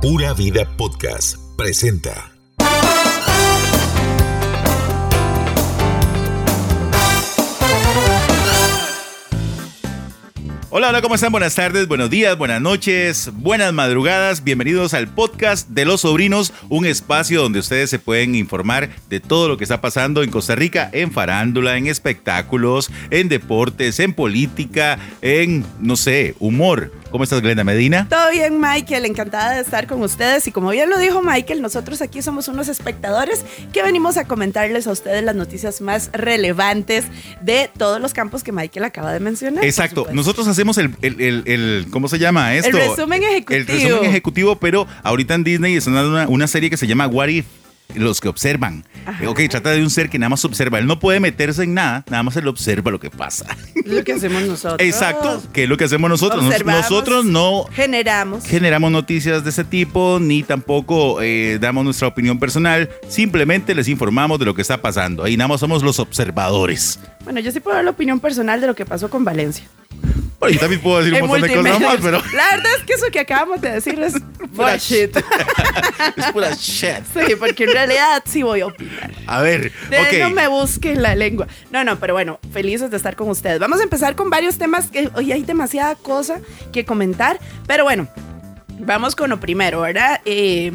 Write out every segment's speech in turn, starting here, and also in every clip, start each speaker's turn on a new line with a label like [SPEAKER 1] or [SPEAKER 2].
[SPEAKER 1] Pura Vida Podcast presenta.
[SPEAKER 2] Hola, hola, ¿cómo están? Buenas tardes, buenos días, buenas noches, buenas madrugadas. Bienvenidos al podcast de los sobrinos, un espacio donde ustedes se pueden informar de todo lo que está pasando en Costa Rica, en farándula, en espectáculos, en deportes, en política, en, no sé, humor. ¿Cómo estás, Glenda Medina?
[SPEAKER 3] Todo bien, Michael. Encantada de estar con ustedes. Y como bien lo dijo Michael, nosotros aquí somos unos espectadores que venimos a comentarles a ustedes las noticias más relevantes de todos los campos que Michael acaba de mencionar.
[SPEAKER 2] Exacto.
[SPEAKER 3] por supuesto.
[SPEAKER 2] Nosotros hacemos el, el- el- el- ¿cómo se llama esto?
[SPEAKER 3] El resumen ejecutivo.
[SPEAKER 2] El resumen ejecutivo, pero ahorita en Disney están dando una, una serie que se llama What If. Los que observan.
[SPEAKER 3] Ajá.
[SPEAKER 2] Ok, trata de un ser que nada más observa. Él no puede meterse en nada, nada más él observa lo que pasa.
[SPEAKER 3] Lo que hacemos nosotros.
[SPEAKER 2] Exacto, que es lo que hacemos nosotros. Nos-
[SPEAKER 3] Observamos.
[SPEAKER 2] nosotros no
[SPEAKER 3] Generamos.
[SPEAKER 2] generamos noticias de ese tipo, ni tampoco eh, damos nuestra opinión personal. Simplemente les informamos de lo que está pasando. Ahí nada más somos los observadores.
[SPEAKER 3] Bueno, yo sí puedo dar la opinión personal de lo que pasó con Valencia.
[SPEAKER 2] Bueno, yo también puedo decir un
[SPEAKER 3] En
[SPEAKER 2] montón de cosas
[SPEAKER 3] multimedia.
[SPEAKER 2] más, pero
[SPEAKER 3] La verdad es que eso que acabamos de decir es
[SPEAKER 2] Pura
[SPEAKER 3] bullshit.
[SPEAKER 2] es pura shit.
[SPEAKER 3] Sí, porque en realidad sí voy a opinar.
[SPEAKER 2] A ver,
[SPEAKER 3] De-
[SPEAKER 2] ok.
[SPEAKER 3] No me busquen la lengua. No, no, pero bueno, felices de estar con ustedes. Vamos a empezar con varios temas que hoy hay demasiada cosa que comentar, pero bueno, vamos con lo primero, ¿verdad? Eh,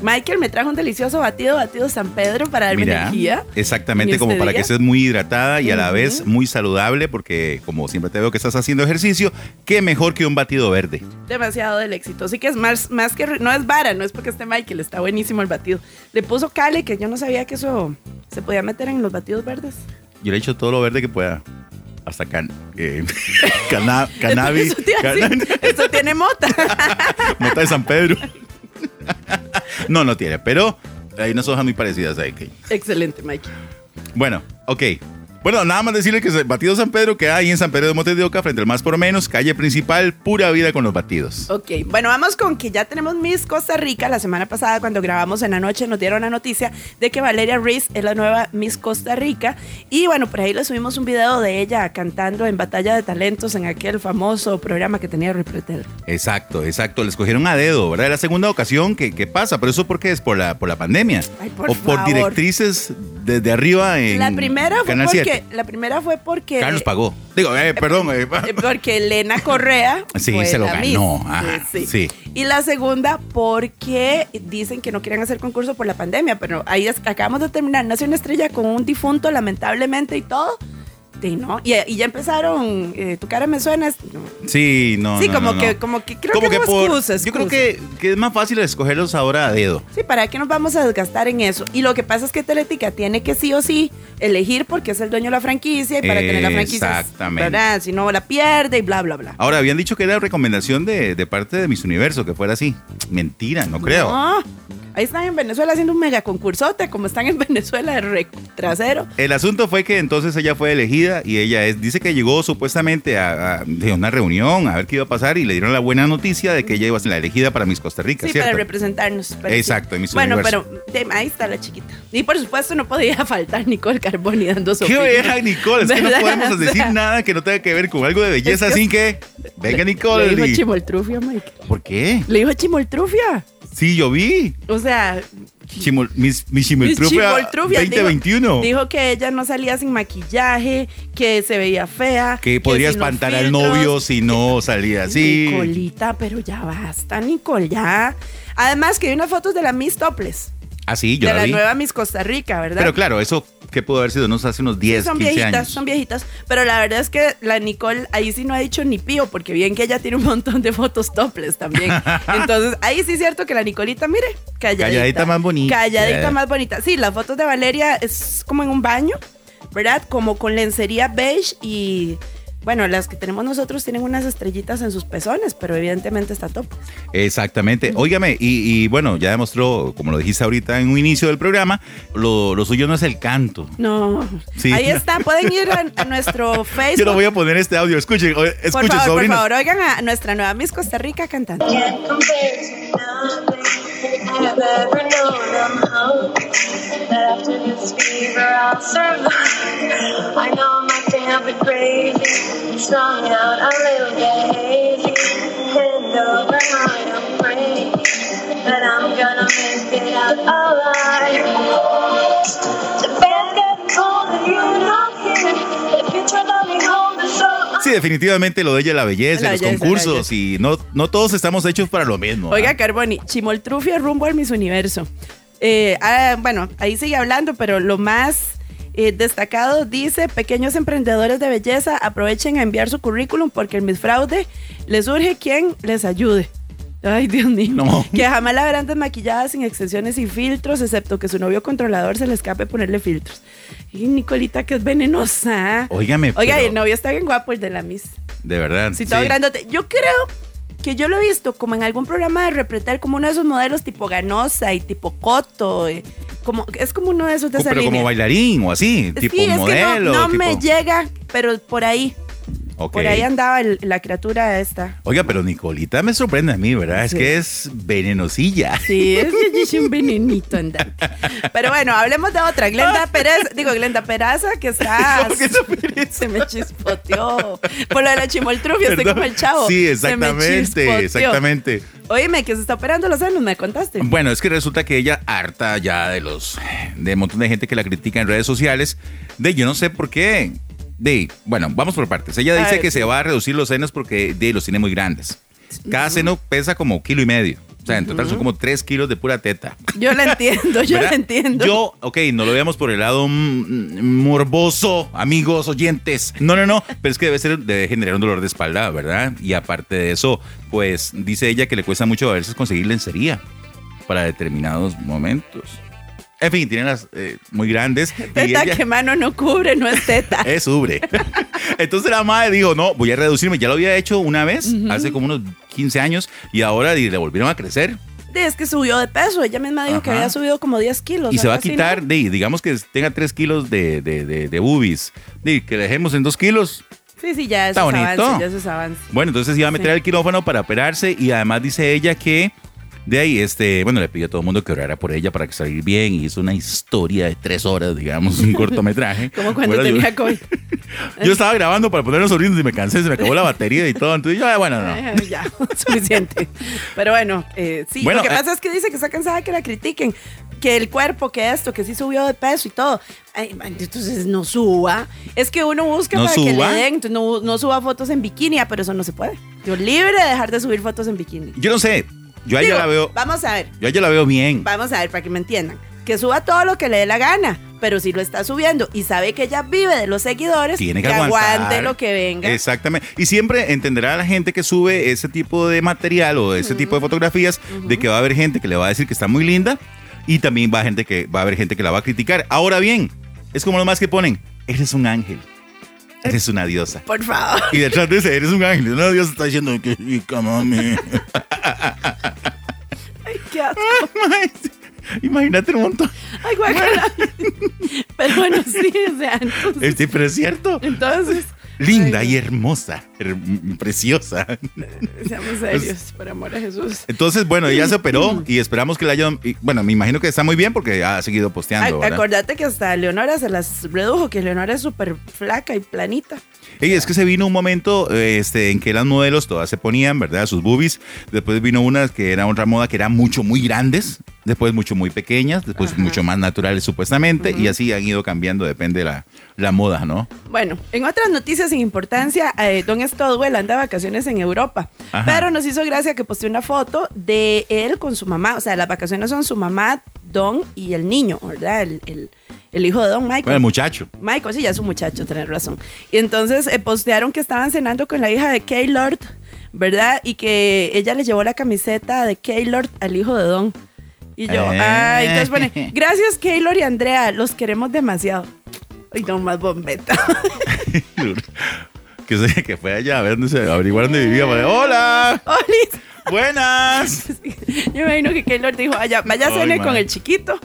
[SPEAKER 3] Michael me trajo un delicioso batido, batido San Pedro para darme
[SPEAKER 2] Mira,
[SPEAKER 3] energía.
[SPEAKER 2] exactamente
[SPEAKER 3] en
[SPEAKER 2] como
[SPEAKER 3] este
[SPEAKER 2] para que
[SPEAKER 3] día.
[SPEAKER 2] estés muy hidratada y a la
[SPEAKER 3] Ujú.
[SPEAKER 2] vez muy saludable, porque como siempre te veo que estás haciendo ejercicio, qué mejor que un batido verde.
[SPEAKER 3] Demasiado del éxito. Así que es más, más que re- no es vara, no es porque esté Michael, está buenísimo el batido. Le puso Cale, que yo no sabía que eso se podía meter en los batidos verdes.
[SPEAKER 2] Yo le echo todo lo verde que pueda. Hasta can, eh, cana- cannabis.
[SPEAKER 3] Eso, te iba a
[SPEAKER 2] cana-
[SPEAKER 3] decir, eso tiene mota.
[SPEAKER 2] Mota de San Pedro. no, no tiene, pero hay unas hojas muy parecidas ahí. que-
[SPEAKER 3] Excelente, Michael.
[SPEAKER 2] Bueno, ok. Bueno, nada más decirle que el Batido San Pedro queda ahí en San Pedro de Montes de Oca, frente al Más por Menos, calle principal, pura vida con los batidos.
[SPEAKER 3] Ok, bueno, vamos con que ya tenemos Miss Costa Rica. La semana pasada, cuando grabamos en la noche, nos dieron la noticia de que Valeria Reese es la nueva Miss Costa Rica. Y bueno, por ahí le subimos un video de ella cantando en Batalla de Talentos en aquel famoso programa que tenía Repretel.
[SPEAKER 2] Exacto, exacto. Les cogieron a dedo, ¿verdad? Es la segunda ocasión que, que pasa, pero eso porque es por la, por la pandemia.
[SPEAKER 3] Ay, por
[SPEAKER 2] o por
[SPEAKER 3] favor.
[SPEAKER 2] directrices desde arriba en
[SPEAKER 3] La primera, fue
[SPEAKER 2] Canal
[SPEAKER 3] porque,
[SPEAKER 2] 7.
[SPEAKER 3] la primera fue porque.
[SPEAKER 2] Carlos pagó. Digo, eh, perdón. eh,
[SPEAKER 3] Eh, Porque Elena Correa.
[SPEAKER 2] Sí,
[SPEAKER 3] fue
[SPEAKER 2] se lo
[SPEAKER 3] la Miss.
[SPEAKER 2] ganó, ajá, sí.
[SPEAKER 3] Y la segunda, porque dicen que no quieren hacer concurso por la pandemia, pero ahí es- acabamos de terminar. Nació una estrella con un difunto, lamentablemente, y todo. Sí, ¿no? y, y ya empezaron. eh, tu cara me suena. es- no.
[SPEAKER 2] sí, no.
[SPEAKER 3] sí,
[SPEAKER 2] no,
[SPEAKER 3] como
[SPEAKER 2] no, no.
[SPEAKER 3] que, como que creo
[SPEAKER 2] Como
[SPEAKER 3] que, no
[SPEAKER 2] por-
[SPEAKER 3] excusa,
[SPEAKER 2] Yo creo
[SPEAKER 3] excusa.
[SPEAKER 2] que, que es más fácil escogerlos ahora a dedo.
[SPEAKER 3] Sí, ¿para qué nos vamos a desgastar en eso? Y lo que pasa es que Teletica tiene que sí o sí elegir porque es el dueño de la franquicia y para tener la franquicia.
[SPEAKER 2] Exactamente.
[SPEAKER 3] ¿verdad? Si no, la pierde y bla, bla, bla.
[SPEAKER 2] Ahora, habían dicho que era recomendación de, de parte de Miss Universo, que fuera así. Mentira, no creo.
[SPEAKER 3] No, Ah, ahí están en Venezuela haciendo un mega concursote, como están en Venezuela de re- trasero.
[SPEAKER 2] El asunto fue que entonces ella fue elegida y ella es, dice que llegó supuestamente a, a- de una reunión a ver qué iba a pasar y le dieron la buena noticia de que ella iba a ser la elegida para Miss Costa Rica,
[SPEAKER 3] Sí,
[SPEAKER 2] ¿cierto?
[SPEAKER 3] para representarnos. pero
[SPEAKER 2] Exacto,
[SPEAKER 3] sí.
[SPEAKER 2] Miss
[SPEAKER 3] Bueno,
[SPEAKER 2] Universo.
[SPEAKER 3] pero te- ahí está la chiquita. Y por supuesto no podía faltar Nicole Carboni dando su
[SPEAKER 2] ¿Qué
[SPEAKER 3] opinión.
[SPEAKER 2] era, Nicole? Es que no
[SPEAKER 3] ¿Verdad? O
[SPEAKER 2] podemos
[SPEAKER 3] sea,
[SPEAKER 2] decir nada que no tenga que ver con algo de belleza,
[SPEAKER 3] Es que-
[SPEAKER 2] así que... Venga, Nicole.
[SPEAKER 3] Le dijo
[SPEAKER 2] y-
[SPEAKER 3] Chimoltrufia, Mike.
[SPEAKER 2] ¿Por qué?
[SPEAKER 3] Le dijo Chimoltrufia.
[SPEAKER 2] Sí, yo vi.
[SPEAKER 3] O sea,
[SPEAKER 2] Chimol, mis, mis
[SPEAKER 3] Miss
[SPEAKER 2] Chimoltrufia
[SPEAKER 3] Chimoltrufia
[SPEAKER 2] 2021.
[SPEAKER 3] Dijo, dijo que ella no salía sin maquillaje, que se veía fea.
[SPEAKER 2] que podría
[SPEAKER 3] sin los
[SPEAKER 2] espantar al
[SPEAKER 3] filtros,
[SPEAKER 2] novio si no salía así.
[SPEAKER 3] Nicolita, pero ya basta, Nicole, ya. Además que hay unas fotos de la Miss Topless,
[SPEAKER 2] Así, Ah, yo
[SPEAKER 3] de
[SPEAKER 2] la
[SPEAKER 3] la
[SPEAKER 2] vi.
[SPEAKER 3] nueva Miss Costa Rica, ¿verdad?
[SPEAKER 2] Pero claro, eso que pudo haber sido unos hace unos 10,
[SPEAKER 3] son
[SPEAKER 2] 15
[SPEAKER 3] viejitas,
[SPEAKER 2] años.
[SPEAKER 3] son viejitas. Pero la verdad es que la Nicole ahí sí no ha dicho ni pío, porque bien que ella tiene un montón de fotos topless también. Entonces, ahí sí es cierto que la Nicolita, mire, calladita.
[SPEAKER 2] Calladita más bonita.
[SPEAKER 3] Calladita más bonita. Sí, las fotos de Valeria es como en un baño, ¿verdad? Como con lencería beige y. Bueno, las que tenemos nosotros tienen unas estrellitas en sus pezones, pero evidentemente está top.
[SPEAKER 2] Exactamente. Óigame, y, y bueno, ya demostró, como lo dijiste ahorita en un inicio del programa, lo, lo suyo no es el canto.
[SPEAKER 3] No.
[SPEAKER 2] Sí.
[SPEAKER 3] Ahí está, pueden ir a, a nuestro Facebook.
[SPEAKER 2] Yo lo voy a poner este audio. Escuchen, o-
[SPEAKER 3] por
[SPEAKER 2] escuchen,
[SPEAKER 3] favor,
[SPEAKER 2] sobrinos.
[SPEAKER 3] por favor, oigan a nuestra nueva Miss Costa Rica cantando.
[SPEAKER 4] Can't compare to nothing I've ever known. I'm home. But after this fever, I'll survive. I know my favorite gravy. Strung out a little bit hazy. Hand over heart, I'm praying. alive. The band's getting cold and you're not here. The picture that we hold is so
[SPEAKER 2] Sí, definitivamente lo de ella es la belleza,
[SPEAKER 3] La
[SPEAKER 2] los
[SPEAKER 3] belleza, la
[SPEAKER 2] concursos
[SPEAKER 3] belleza.
[SPEAKER 2] y no, no todos estamos hechos para lo mismo.
[SPEAKER 3] Oiga,
[SPEAKER 2] ¿ah?
[SPEAKER 3] Carboni, Chimoltrufia rumbo al Miss Universo. Eh, ah, bueno, ahí sigue hablando, pero lo más eh, destacado dice, pequeños emprendedores de belleza, aprovechen a enviar su currículum porque el Miss Fraude les surge quien les ayude. Ay, Dios mío.
[SPEAKER 2] No.
[SPEAKER 3] Que jamás la verán desmaquillada sin extensiones y filtros, excepto que su novio controlador se le escape ponerle filtros. Y Nicolita, que es venenosa.
[SPEAKER 2] Óigame,
[SPEAKER 3] Oiga,
[SPEAKER 2] Oh, pero-
[SPEAKER 3] y el novio está bien guapo, el de la Miss.
[SPEAKER 2] de verdad.
[SPEAKER 3] Sí, todo
[SPEAKER 2] sí.
[SPEAKER 3] grandote. Yo creo que yo lo he visto como en algún programa de repretar como uno de esos modelos tipo Ganosa y tipo Coto. eh, Como, es como uno de esos de
[SPEAKER 2] Co-
[SPEAKER 3] esa
[SPEAKER 2] Oh, pero como
[SPEAKER 3] línea.
[SPEAKER 2] bailarín o así,
[SPEAKER 3] Sí,
[SPEAKER 2] tipo
[SPEAKER 3] es que no-
[SPEAKER 2] modelo.
[SPEAKER 3] no,
[SPEAKER 2] tipo-
[SPEAKER 3] me llega, pero por ahí,
[SPEAKER 2] Ok.
[SPEAKER 3] por ahí andaba el- la criatura esta.
[SPEAKER 2] Oiga, pero Nicolita me sorprende a mí, ¿verdad? Es
[SPEAKER 3] Sí.
[SPEAKER 2] que es venenosilla.
[SPEAKER 3] Sí, es, es un venenito andante. Pero bueno, hablemos de otra. Glenda Pérez, digo Glenda Peraza, que está.
[SPEAKER 2] ¿Cómo que esa pereza?
[SPEAKER 3] Se me chispoteó. Por lo de la chimoltrufia, estoy
[SPEAKER 2] Perdón.
[SPEAKER 3] como el chavo.
[SPEAKER 2] Sí,
[SPEAKER 3] Se me
[SPEAKER 2] exactamente,
[SPEAKER 3] chispoteó.
[SPEAKER 2] exactamente.
[SPEAKER 3] Oíme, que se está operando los senos, me contaste.
[SPEAKER 2] Bueno, es que resulta que ella harta ya de los de un montón de gente que la critica en redes sociales. De yo no sé por qué. De, bueno, vamos por partes. Ella
[SPEAKER 3] A
[SPEAKER 2] dice
[SPEAKER 3] ver.
[SPEAKER 2] que se va a reducir los senos porque de los tiene muy grandes. Cada seno pesa como kilo y medio. O sea, en total son como tres kilos de pura teta.
[SPEAKER 3] Yo la entiendo, yo
[SPEAKER 2] ¿Verdad?
[SPEAKER 3] la entiendo.
[SPEAKER 2] Yo, ok, no lo veamos por el lado mm, morboso, amigos, oyentes. No, no, no, pero es que debe ser, debe generar un dolor de espalda, ¿verdad? Y aparte de eso, pues dice ella que le cuesta mucho a veces conseguir lencería para determinados momentos. En fin, tiene las eh, muy grandes. y
[SPEAKER 3] teta
[SPEAKER 2] ella-
[SPEAKER 3] que mano no cubre, no es teta.
[SPEAKER 2] es ubre. Entonces la madre dijo, no, voy a reducirme. Ya lo había hecho una vez, hace como unos 15 años, y ahora y le volvieron a crecer.
[SPEAKER 3] es que subió de peso. Ella misma dijo que
[SPEAKER 2] Ajá.
[SPEAKER 3] había subido como 10 kilos.
[SPEAKER 2] Y se
[SPEAKER 3] algo
[SPEAKER 2] va a
[SPEAKER 3] así, ¿no?
[SPEAKER 2] quitar, de, digamos que tenga 3 kilos de, de, de, de boobies, de, que le dejemos en 2 kilos.
[SPEAKER 3] Sí, sí, ya eso
[SPEAKER 2] Está
[SPEAKER 3] es
[SPEAKER 2] bonito.
[SPEAKER 3] avance, ya eso es avance.
[SPEAKER 2] Bueno, entonces iba a meter
[SPEAKER 3] Sí.
[SPEAKER 2] al quirófano para operarse y además dice ella que de ahí, este, bueno, le pidió a todo el mundo que orara por ella para que salir bien y hizo una historia de 3 horas, digamos, un cortometraje.
[SPEAKER 3] Como cuando
[SPEAKER 2] Bueno, yo-
[SPEAKER 3] tenía COVID.
[SPEAKER 2] Yo estaba grabando para poner los sobrinos y me cansé, se me acabó la batería y todo. Entonces yo, ah, bueno, no.
[SPEAKER 3] Eh, ya, suficiente. Pero bueno, eh, sí,
[SPEAKER 2] Bueno,
[SPEAKER 3] lo que
[SPEAKER 2] eh.
[SPEAKER 3] pasa es que dice que está cansada de que la critiquen, que el cuerpo, que esto, que sí subió de peso y todo. Ay, man, entonces no suba. Es que uno busca
[SPEAKER 2] ¿No
[SPEAKER 3] para que le
[SPEAKER 2] suba?
[SPEAKER 3] den, entonces no, no suba fotos en bikini, ah, pero eso no se puede. Yo libre de dejar de subir fotos en bikini.
[SPEAKER 2] Yo no sé, yo a ella
[SPEAKER 3] Digo,
[SPEAKER 2] la veo,
[SPEAKER 3] Vamos a ver,
[SPEAKER 2] yo a ella la veo bien.
[SPEAKER 3] vamos a ver para que me entiendan. Que suba todo lo que le dé la gana, pero si lo está subiendo y sabe que ella vive de los seguidores,
[SPEAKER 2] Tiene que, aguantar.
[SPEAKER 3] aguante lo que venga.
[SPEAKER 2] Exactamente. Y siempre entenderá la gente que sube ese tipo de material o ese tipo de fotografías de que va a haber gente que le va a decir que está muy linda y también va a gente que va a haber gente que la va a criticar. Ahora bien, es como lo más que ponen, eres un ángel. Eres una diosa.
[SPEAKER 3] Por favor.
[SPEAKER 2] Y detrás dice, eres un ángel. Una diosa está diciendo que chica, mami.
[SPEAKER 3] Ay, qué asco.
[SPEAKER 2] Imagínate un montón.
[SPEAKER 3] Ay, guácala. Pero bueno, sí, o sea, entonces.
[SPEAKER 2] Este, pero es cierto.
[SPEAKER 3] entonces,
[SPEAKER 2] Linda
[SPEAKER 3] Ay,
[SPEAKER 2] y hermosa. her- preciosa.
[SPEAKER 3] Seamos serios, por amor a Jesús.
[SPEAKER 2] Entonces, bueno, ella se
[SPEAKER 3] Mm.
[SPEAKER 2] operó y esperamos que la hayan. y, bueno, me imagino que está muy bien porque ha seguido
[SPEAKER 3] Ay,
[SPEAKER 2] posteando. ¿verdad?
[SPEAKER 3] acordate que hasta Leonora se las redujo, que Leonora es súper flaca y planita.
[SPEAKER 2] Ey, es que se vino un momento eh, este, en que las modelos todas se ponían, ¿verdad? Sus boobies. Después vino unas que era otra moda que eran mucho, muy grandes. Después mucho, muy pequeñas. Después
[SPEAKER 3] Ajá.
[SPEAKER 2] mucho más naturales, supuestamente. Y así han ido cambiando, depende de la, la moda, ¿no?
[SPEAKER 3] Bueno, en otras noticias sin importancia, eh, Don Stodwell anda de vacaciones en Europa,
[SPEAKER 2] Ajá.
[SPEAKER 3] pero nos hizo gracia que posteó una foto de él con su mamá, o sea, las vacaciones son su mamá, Don y el niño, ¿verdad? El, el- el hijo de Don Michael.
[SPEAKER 2] Bueno, el muchacho.
[SPEAKER 3] Michael, sí, ya es un muchacho, tenés razón. Y entonces eh, postearon que estaban cenando con la hija de Keylord, ¿verdad? Y que ella le llevó la camiseta de Keylord al hijo de Don. Y yo,
[SPEAKER 2] Eh.
[SPEAKER 3] ay, entonces pone, gracias Keylord y Andrea, los queremos demasiado. Ay, no más bombeta.
[SPEAKER 2] que, se, que fue allá a ver dónde se averiguar dónde vivía. para- ¡Hola!
[SPEAKER 3] Olis.
[SPEAKER 2] ¡Buenas!
[SPEAKER 3] Yo me imagino que Keylord dijo, vaya, vaya
[SPEAKER 2] Ay,
[SPEAKER 3] cene
[SPEAKER 2] man.
[SPEAKER 3] con el chiquito.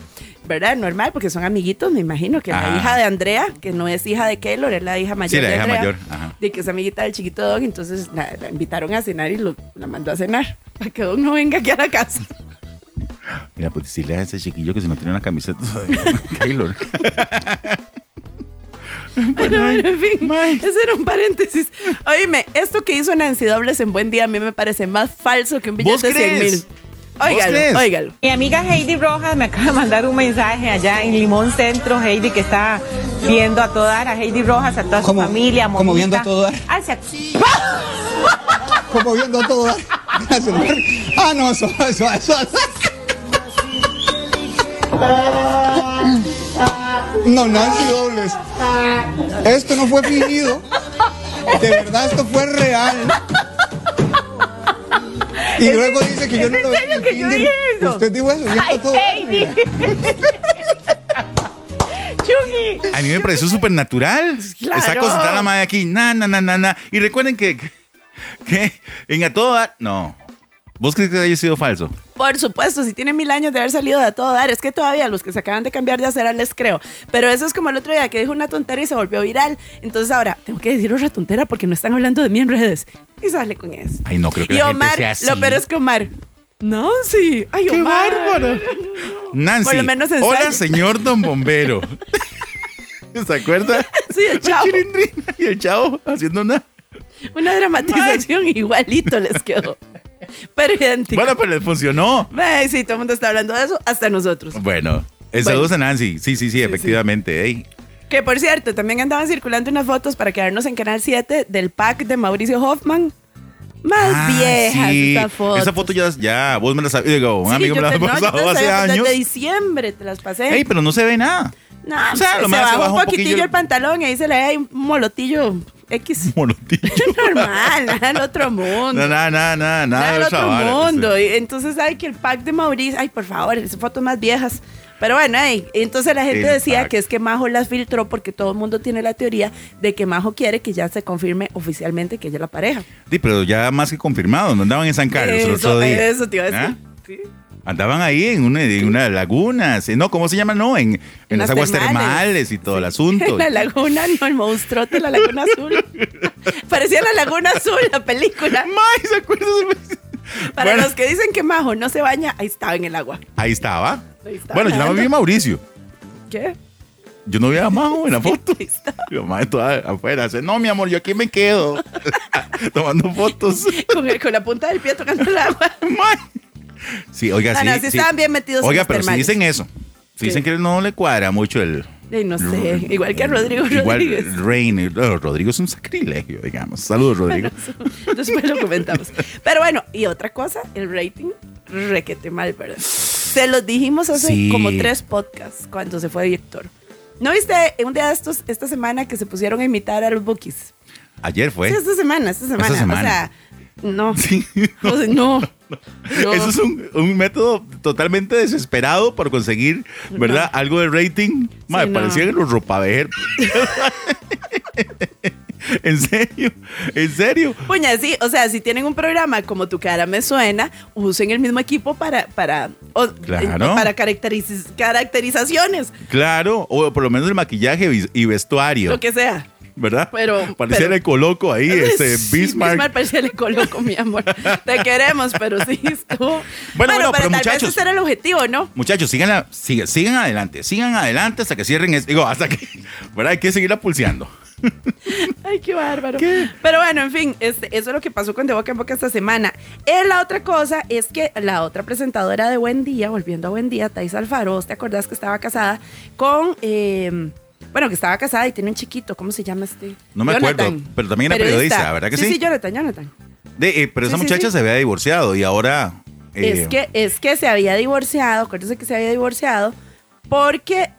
[SPEAKER 3] ¿Verdad? Normal, porque son amiguitos, me imagino que
[SPEAKER 2] Ajá.
[SPEAKER 3] la hija de Andrea, que no es hija de Keylor, es la hija mayor
[SPEAKER 2] Sí, la
[SPEAKER 3] de
[SPEAKER 2] hija
[SPEAKER 3] Andrea,
[SPEAKER 2] mayor, ajá.
[SPEAKER 3] de que es amiguita del chiquito Don, entonces la, la invitaron a cenar y lo- la mandó a cenar, para que Don no venga aquí a la casa.
[SPEAKER 2] Mira, pues decirle a ese chiquillo que si no tiene una camiseta. Keylor.
[SPEAKER 3] Bueno, bueno, en fin, ese era un paréntesis. Oíme, esto que hizo Nancy Dobles en Buen Día a mí me parece más falso que un billete
[SPEAKER 2] ¿Vos
[SPEAKER 3] de 100 mil.
[SPEAKER 2] crees?
[SPEAKER 3] Óigalo,
[SPEAKER 2] crees?
[SPEAKER 3] óigalo.
[SPEAKER 5] Mi amiga Heidi Rojas me acaba de mandar un mensaje allá en Limón Centro, Heidi que está viendo a toda a Heidi Rojas, a toda su
[SPEAKER 6] ¿Cómo?
[SPEAKER 5] familia,
[SPEAKER 6] ¿Cómo
[SPEAKER 5] momita.
[SPEAKER 6] viendo a todo dar?
[SPEAKER 5] Ay, se ac-
[SPEAKER 6] Como viendo a todo dar. Gracias, Mar. Ah, no, eso, eso, eso. No, Nancy Dobles. Esto no fue fingido. De verdad, esto fue real. Y luego dice que yo no
[SPEAKER 5] en
[SPEAKER 6] lo vi
[SPEAKER 5] serio
[SPEAKER 6] en
[SPEAKER 5] que yo
[SPEAKER 6] Tinder.
[SPEAKER 5] dije eso?
[SPEAKER 6] Usted dijo eso, viendo
[SPEAKER 5] Ay,
[SPEAKER 6] a todo dar.
[SPEAKER 5] Heidi. Chugi.
[SPEAKER 2] A mí me pareció súper natural.
[SPEAKER 3] Claro.
[SPEAKER 2] Está concentrada la madre aquí. Na, na, na, na, na. Y recuerden que, que en a todo dar- No. ¿Vos crees que haya sido falso?
[SPEAKER 3] Por supuesto, si tiene mil años de haber salido de a todo dar, es que todavía los que se acaban de cambiar de acera les creo. Pero eso es como el otro día que dijo una tontera y se volvió viral. Entonces ahora tengo que decir otra tontera porque no están hablando de mí en redes. Y sale con eso.
[SPEAKER 2] Ay, no creo que
[SPEAKER 3] Y
[SPEAKER 2] la gente
[SPEAKER 3] Omar,
[SPEAKER 2] sea así.
[SPEAKER 3] lo peor es que Omar. No, sí. Ay,
[SPEAKER 2] ¡Qué
[SPEAKER 3] Omar.
[SPEAKER 2] bárbaro! Nancy.
[SPEAKER 3] Por lo menos ensaya.
[SPEAKER 2] Hola, señor don bombero. ¿Se acuerda?
[SPEAKER 3] Sí, el chavo.
[SPEAKER 2] Chirindrina y el chavo haciendo una.
[SPEAKER 3] Una dramatización igualito les quedó. Pero idéntico.
[SPEAKER 2] Bueno, pero les funcionó.
[SPEAKER 3] Ay, sí, todo el mundo está hablando de eso, hasta nosotros.
[SPEAKER 2] Bueno. eh, Saludos a Nancy. Sí, sí, sí, efectivamente. ey.
[SPEAKER 3] Que por cierto, también andaban circulando unas fotos para quedarnos en Canal 7 del pack de Mauricio Hoffman. Más
[SPEAKER 2] Ah,
[SPEAKER 3] viejas
[SPEAKER 2] sí.
[SPEAKER 3] estas fotos.
[SPEAKER 2] Esa foto ya, ya, vos me la sabías. Digo, un
[SPEAKER 3] Sí,
[SPEAKER 2] amigo
[SPEAKER 3] yo
[SPEAKER 2] me la
[SPEAKER 3] te-
[SPEAKER 2] ha
[SPEAKER 3] no, yo te
[SPEAKER 2] pasado
[SPEAKER 3] las
[SPEAKER 2] hace
[SPEAKER 3] había-
[SPEAKER 2] años.
[SPEAKER 3] Desde diciembre te las pasé.
[SPEAKER 2] Ey, pero no se ve nada.
[SPEAKER 3] no,
[SPEAKER 2] o sea,
[SPEAKER 3] se,
[SPEAKER 2] lo
[SPEAKER 3] se
[SPEAKER 2] más que
[SPEAKER 3] bajó
[SPEAKER 2] baja
[SPEAKER 3] un
[SPEAKER 2] un poquillo
[SPEAKER 3] poquitillo
[SPEAKER 2] el-
[SPEAKER 3] el pantalón y ahí se le ve ahí un molotillo X.
[SPEAKER 2] Monotillo.
[SPEAKER 3] Normal, nada del otro mundo.
[SPEAKER 2] No, nada, nada, nada, nada
[SPEAKER 3] nada
[SPEAKER 2] de
[SPEAKER 3] del
[SPEAKER 2] esa
[SPEAKER 3] otro
[SPEAKER 2] vara, pues, eh.
[SPEAKER 3] mundo.
[SPEAKER 2] sí.
[SPEAKER 3] Y entonces, ay, que el pack de Mauricio, ay, por favor, esas fotos más viejas. Pero bueno, ay, entonces la gente
[SPEAKER 2] El
[SPEAKER 3] decía
[SPEAKER 2] pack.
[SPEAKER 3] que es que Majo las filtró porque todo el mundo tiene la teoría de que Majo quiere que ya se confirme oficialmente que ella es la pareja.
[SPEAKER 2] Sí, pero ya más que confirmado, no andaban en San Carlos el otro
[SPEAKER 3] eso,
[SPEAKER 2] día.
[SPEAKER 3] eso te iba a decir.
[SPEAKER 2] ¿Ah?
[SPEAKER 3] Sí.
[SPEAKER 2] Andaban ahí en una, en una laguna, sí, no, ¿cómo se llama? No, en, en
[SPEAKER 3] En
[SPEAKER 2] las
[SPEAKER 3] las
[SPEAKER 2] aguas termales.
[SPEAKER 3] termales.
[SPEAKER 2] y todo el asunto.
[SPEAKER 3] La laguna, no, el monstruote, la laguna azul. Parecía la laguna azul, la película.
[SPEAKER 2] May, ¿se acuerdan?
[SPEAKER 3] Para
[SPEAKER 2] Bueno,
[SPEAKER 3] los que dicen que Majo no se baña, ahí estaba en el agua.
[SPEAKER 2] ahí estaba.
[SPEAKER 3] Ahí estaba
[SPEAKER 2] Bueno, yo no
[SPEAKER 3] nadando.
[SPEAKER 2] vi a Mauricio.
[SPEAKER 3] ¿Qué?
[SPEAKER 2] Yo no vi a Majo en la foto.
[SPEAKER 3] Ahí estaba.
[SPEAKER 2] Mi mamá toda afuera. dice, no, mi amor, yo aquí me quedo. Tomando fotos.
[SPEAKER 3] Con, el- con la punta del pie tocando el agua.
[SPEAKER 2] Mae. Sí, oiga,
[SPEAKER 3] No,
[SPEAKER 2] sí,
[SPEAKER 3] Ah, no, sí
[SPEAKER 2] sí.
[SPEAKER 3] estaban bien metidos en
[SPEAKER 2] Oiga,
[SPEAKER 3] los
[SPEAKER 2] pero si
[SPEAKER 3] termales.
[SPEAKER 2] dicen eso. Si
[SPEAKER 3] ¿Qué?
[SPEAKER 2] dicen que no le cuadra mucho el.
[SPEAKER 3] Ay, no sé, igual que a Rodrigo
[SPEAKER 2] Igual,
[SPEAKER 3] Rodríguez.
[SPEAKER 2] Rain, eh, Rodrigo es un sacrilegio, digamos. Saludos, Rodrigo.
[SPEAKER 3] Después lo comentamos. Pero bueno, y otra cosa, el rating, requete mal, ¿verdad? Se los dijimos hace
[SPEAKER 2] Sí.
[SPEAKER 3] como tres podcasts cuando se fue Víctor. ¿No viste un día de estos, esta semana, que se pusieron a imitar a los bookies?
[SPEAKER 2] Ayer fue.
[SPEAKER 3] Sí, esta semana, esta semana.
[SPEAKER 2] ¿Eh? semana.
[SPEAKER 3] O sea, no.
[SPEAKER 2] Sí.
[SPEAKER 3] O sea, no. No.
[SPEAKER 2] Eso es un, un método totalmente desesperado por conseguir, ¿verdad? Algo de rating. Mae,
[SPEAKER 3] no.
[SPEAKER 2] parecían los ropavejeros. en serio, en serio.
[SPEAKER 3] Puña, sí, o sea, si tienen un programa como Tu cara me suena, usen el mismo equipo para para o- eh,
[SPEAKER 2] Claro.
[SPEAKER 3] para caracteriz- caracterizaciones,
[SPEAKER 2] Claro, o por lo menos el maquillaje vis- y vestuario,
[SPEAKER 3] lo que sea.
[SPEAKER 2] ¿verdad?
[SPEAKER 3] pero-
[SPEAKER 2] Pareciera
[SPEAKER 3] pero-
[SPEAKER 2] el coloco ahí, este
[SPEAKER 3] Sí,
[SPEAKER 2] Bismarck.
[SPEAKER 3] parecía le colocó, mi amor. Te queremos, pero sí estuvo.
[SPEAKER 2] bueno, pero
[SPEAKER 3] pero, tal
[SPEAKER 2] muchachos.
[SPEAKER 3] vez ese era el objetivo, ¿no?
[SPEAKER 2] Muchachos, sigan, la- sigan, sigan adelante, sigan adelante hasta que cierren esto. Digo, hasta que, ¿verdad? Hay que seguirla pulseando.
[SPEAKER 3] Ay, qué bárbaro. Pero bueno, en fin, este, eso es lo que pasó con De Boca en Boca esta semana. Eh, la otra cosa es que la otra presentadora de Buen Día, volviendo a Buen Día, Thais Alfaro, ¿vos ¿te acordás que estaba casada con... eh, bueno, que estaba casada y tiene un chiquito, ¿cómo se llama este?
[SPEAKER 2] No me acuerdo, pero también era periodista, ¿verdad que sí?
[SPEAKER 3] Sí, sí, Jonathan, Jonathan.
[SPEAKER 2] De, eh, pero esa
[SPEAKER 3] Sí, sí,
[SPEAKER 2] muchacha
[SPEAKER 3] sí.
[SPEAKER 2] se había divorciado y ahora. eh,
[SPEAKER 3] Es que, es que se había divorciado, acuérdense que se había divorciado, porque,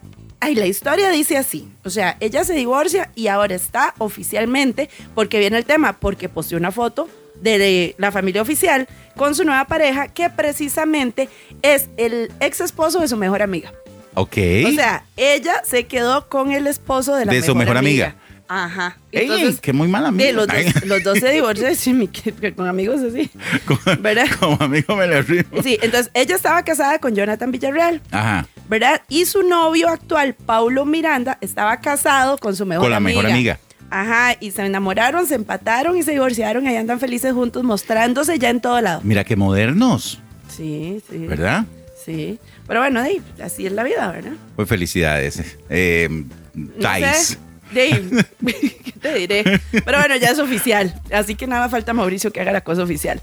[SPEAKER 3] ay, la historia dice así, o sea, ella se divorcia y ahora está oficialmente, porque viene el tema, porque posteó una foto de, de la familia oficial con su nueva pareja, que precisamente es el ex esposo de su mejor amiga.
[SPEAKER 2] Ok.
[SPEAKER 3] O sea, ella se quedó con el esposo de la
[SPEAKER 2] De su mejor amiga.
[SPEAKER 3] Ajá.
[SPEAKER 2] Ey,
[SPEAKER 3] Entonces,
[SPEAKER 2] qué muy mala amiga.
[SPEAKER 3] de los, dos, los dos se divorcian, sí, mi- que- que con amigos así.
[SPEAKER 2] como,
[SPEAKER 3] ¿verdad?
[SPEAKER 2] como amigo me la río.
[SPEAKER 3] Sí, entonces ella estaba casada con Jonathan Villarreal.
[SPEAKER 2] Ajá.
[SPEAKER 3] ¿verdad? Y su novio actual, Paulo Miranda, estaba casado con su mejor
[SPEAKER 2] Con la
[SPEAKER 3] amiga.
[SPEAKER 2] mejor amiga.
[SPEAKER 3] Ajá, y se enamoraron, se empataron y se divorciaron y ahí andan felices juntos, mostrándose ya en todo lado.
[SPEAKER 2] Mira qué modernos,
[SPEAKER 3] Sí, sí.
[SPEAKER 2] ¿verdad?
[SPEAKER 3] Sí. Pero bueno, Dave, así es la vida, ¿verdad?
[SPEAKER 2] Pues felicidades. Eh,
[SPEAKER 3] No
[SPEAKER 2] Thais.
[SPEAKER 3] sé. Dave, ¿qué te diré? Pero bueno, ya es oficial. Así que nada falta Mauricio que haga la cosa oficial.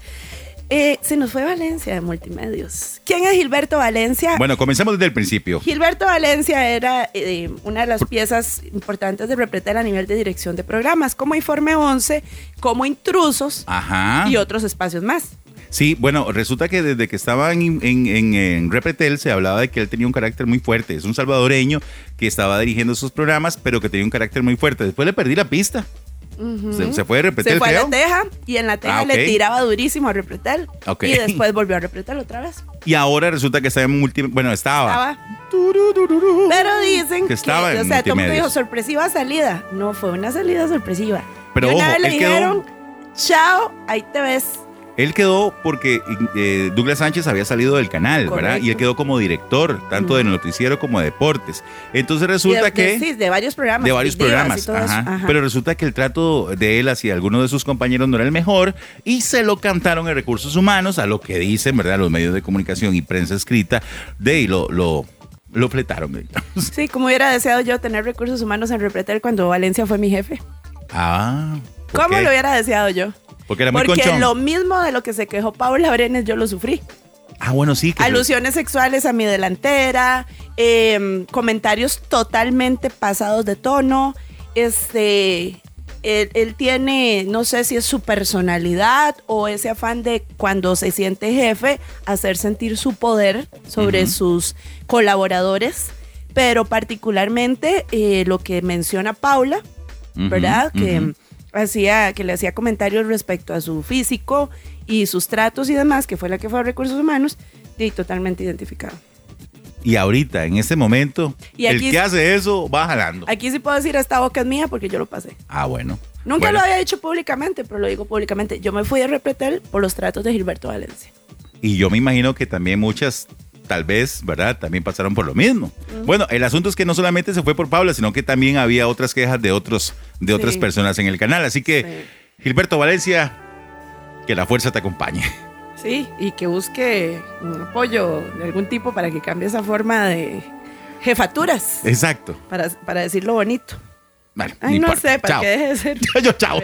[SPEAKER 3] Eh, se nos fue Valencia de Multimedios. ¿Quién es Gilberto Valencia?
[SPEAKER 2] Bueno, comencemos desde el principio.
[SPEAKER 3] Gilberto Valencia era eh, una de las piezas importantes de Repretel a nivel de dirección de programas, como Informe 11, como Intrusos
[SPEAKER 2] Ajá.
[SPEAKER 3] y otros espacios más.
[SPEAKER 2] Sí, bueno, resulta que desde que estaba en, en- en- en Repretel se hablaba de que él tenía un carácter muy fuerte. Es un salvadoreño que estaba dirigiendo sus programas, pero que tenía un carácter muy fuerte. Después le perdí la pista. se, se fue de Repretel,
[SPEAKER 3] Se fue a
[SPEAKER 2] creo.
[SPEAKER 3] la Teja y en la Teja
[SPEAKER 2] Ah, ok.
[SPEAKER 3] le tiraba durísimo a Repretel
[SPEAKER 2] Ok.
[SPEAKER 3] y después volvió a Repretel otra vez.
[SPEAKER 2] Y ahora resulta que está en multi... Bueno, estaba.
[SPEAKER 3] Estaba- Pero dicen
[SPEAKER 2] Ah. Que estaba en
[SPEAKER 3] o sea, todo el mundo
[SPEAKER 2] multimedios.
[SPEAKER 3] dijo sorpresiva salida. No fue una salida sorpresiva.
[SPEAKER 2] Pero
[SPEAKER 3] Y una
[SPEAKER 2] ojo,
[SPEAKER 3] vez le
[SPEAKER 2] él quedó-
[SPEAKER 3] dijeron, chao, ahí te ves.
[SPEAKER 2] Él quedó porque eh, Douglas Sánchez había salido del canal, ¿verdad?
[SPEAKER 3] Correcto.
[SPEAKER 2] Y él quedó como director, tanto de noticiero como de deportes. Entonces resulta
[SPEAKER 3] Y de-
[SPEAKER 2] que...
[SPEAKER 3] de- sí, de varios programas.
[SPEAKER 2] de varios
[SPEAKER 3] Divas y
[SPEAKER 2] programas.
[SPEAKER 3] todo eso.
[SPEAKER 2] ajá.
[SPEAKER 3] Ajá.
[SPEAKER 2] Pero resulta que el trato de él hacia alguno de sus compañeros no era el mejor y se lo cantaron en recursos humanos, a lo que dicen, ¿verdad? Los medios de comunicación y prensa escrita, de y lo, lo, lo fletaron. digamos.
[SPEAKER 3] Sí, como hubiera deseado yo tener recursos humanos en Repretel cuando Valencia fue mi jefe.
[SPEAKER 2] Ah. ¿por
[SPEAKER 3] ¿Cómo
[SPEAKER 2] qué?
[SPEAKER 3] lo hubiera deseado yo?
[SPEAKER 2] Porque era muy
[SPEAKER 3] Porque
[SPEAKER 2] conchón.
[SPEAKER 3] lo mismo de lo que se quejó Paula Brenes, yo lo sufrí.
[SPEAKER 2] Ah, bueno, sí. que-
[SPEAKER 3] Alusiones sexuales a mi delantera, em, comentarios totalmente pasados de tono. Este, él, él tiene, no sé si es su personalidad o ese afán de cuando se siente jefe, hacer sentir su poder sobre sus colaboradores. Pero particularmente eh, lo que menciona Paula,
[SPEAKER 2] Ujú,
[SPEAKER 3] ¿verdad? Que
[SPEAKER 2] ujú.
[SPEAKER 3] hacía, que le hacía comentarios respecto a su físico y sus tratos y demás, que fue la que fue a recursos humanos, y totalmente identificado.
[SPEAKER 2] Y ahorita, en este momento,
[SPEAKER 3] Y
[SPEAKER 2] el
[SPEAKER 3] aquí-
[SPEAKER 2] que hace eso va jalando.
[SPEAKER 3] Aquí sí puedo decir esta boca es mía porque yo lo pasé.
[SPEAKER 2] Ah, bueno.
[SPEAKER 3] Nunca
[SPEAKER 2] Bueno,
[SPEAKER 3] lo había dicho públicamente, pero lo digo públicamente. Yo me fui a repetir por los tratos de Gilberto Valencia.
[SPEAKER 2] Y yo me imagino que también muchas, tal vez, ¿verdad? También pasaron por lo mismo. Bueno, el asunto es que no solamente se fue por Paula, sino que también había otras quejas de, otros, de otras
[SPEAKER 3] Sí.
[SPEAKER 2] personas en el canal. Así que, Gilberto Valencia, que la fuerza te acompañe.
[SPEAKER 3] Sí, y que busque un apoyo de algún tipo para que cambie esa forma de jefaturas,
[SPEAKER 2] Exacto.
[SPEAKER 3] para, para decirlo bonito.
[SPEAKER 2] Vale,
[SPEAKER 3] Ay,
[SPEAKER 2] no
[SPEAKER 3] no
[SPEAKER 2] importa.
[SPEAKER 3] sé, para
[SPEAKER 2] Chao.
[SPEAKER 3] que deje de ser.
[SPEAKER 2] Yo, chao.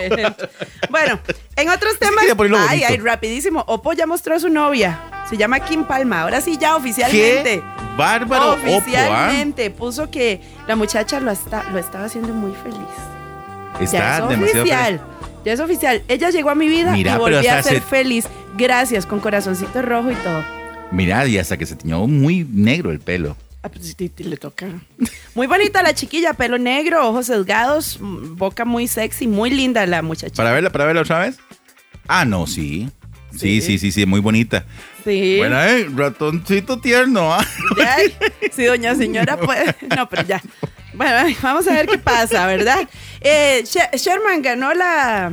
[SPEAKER 3] bueno, en otros temas.
[SPEAKER 2] quería ponerlo
[SPEAKER 3] ay,
[SPEAKER 2] bonito.
[SPEAKER 3] ay, rapidísimo. Oppo ya mostró a su novia. Se llama Kim Palma. Ahora sí, ya
[SPEAKER 2] Qué
[SPEAKER 3] oficialmente.
[SPEAKER 2] bárbaro Oppo, ¿ah?
[SPEAKER 3] oficialmente puso que la muchacha lo, está, lo estaba haciendo muy feliz.
[SPEAKER 2] Está
[SPEAKER 3] ya es
[SPEAKER 2] demasiado.
[SPEAKER 3] oficial. Ya es oficial. Ella llegó a mi vida
[SPEAKER 2] Mira,
[SPEAKER 3] y
[SPEAKER 2] pero
[SPEAKER 3] volví
[SPEAKER 2] hasta
[SPEAKER 3] a ser
[SPEAKER 2] se-
[SPEAKER 3] feliz. Gracias, con corazoncito rojo y todo.
[SPEAKER 2] Mirá, y hasta que se tiñó muy negro el pelo.
[SPEAKER 3] Ah, pues, ti- ti- le toca. Muy bonita la chiquilla, pelo negro, ojos sesgados, mm, boca muy sexy, muy linda la muchacha.
[SPEAKER 2] ¿Para verla, para verla otra vez? Ah, no, sí. Sí,
[SPEAKER 3] Sí.
[SPEAKER 2] sí, sí, sí, muy bonita.
[SPEAKER 3] Sí.
[SPEAKER 2] Bueno, eh, ratoncito tierno, ¿ah?
[SPEAKER 3] Ya, si doña señora puede. No, pero ya. Bueno, vamos a ver qué pasa, ¿verdad? Eh, She- Sherman ganó la.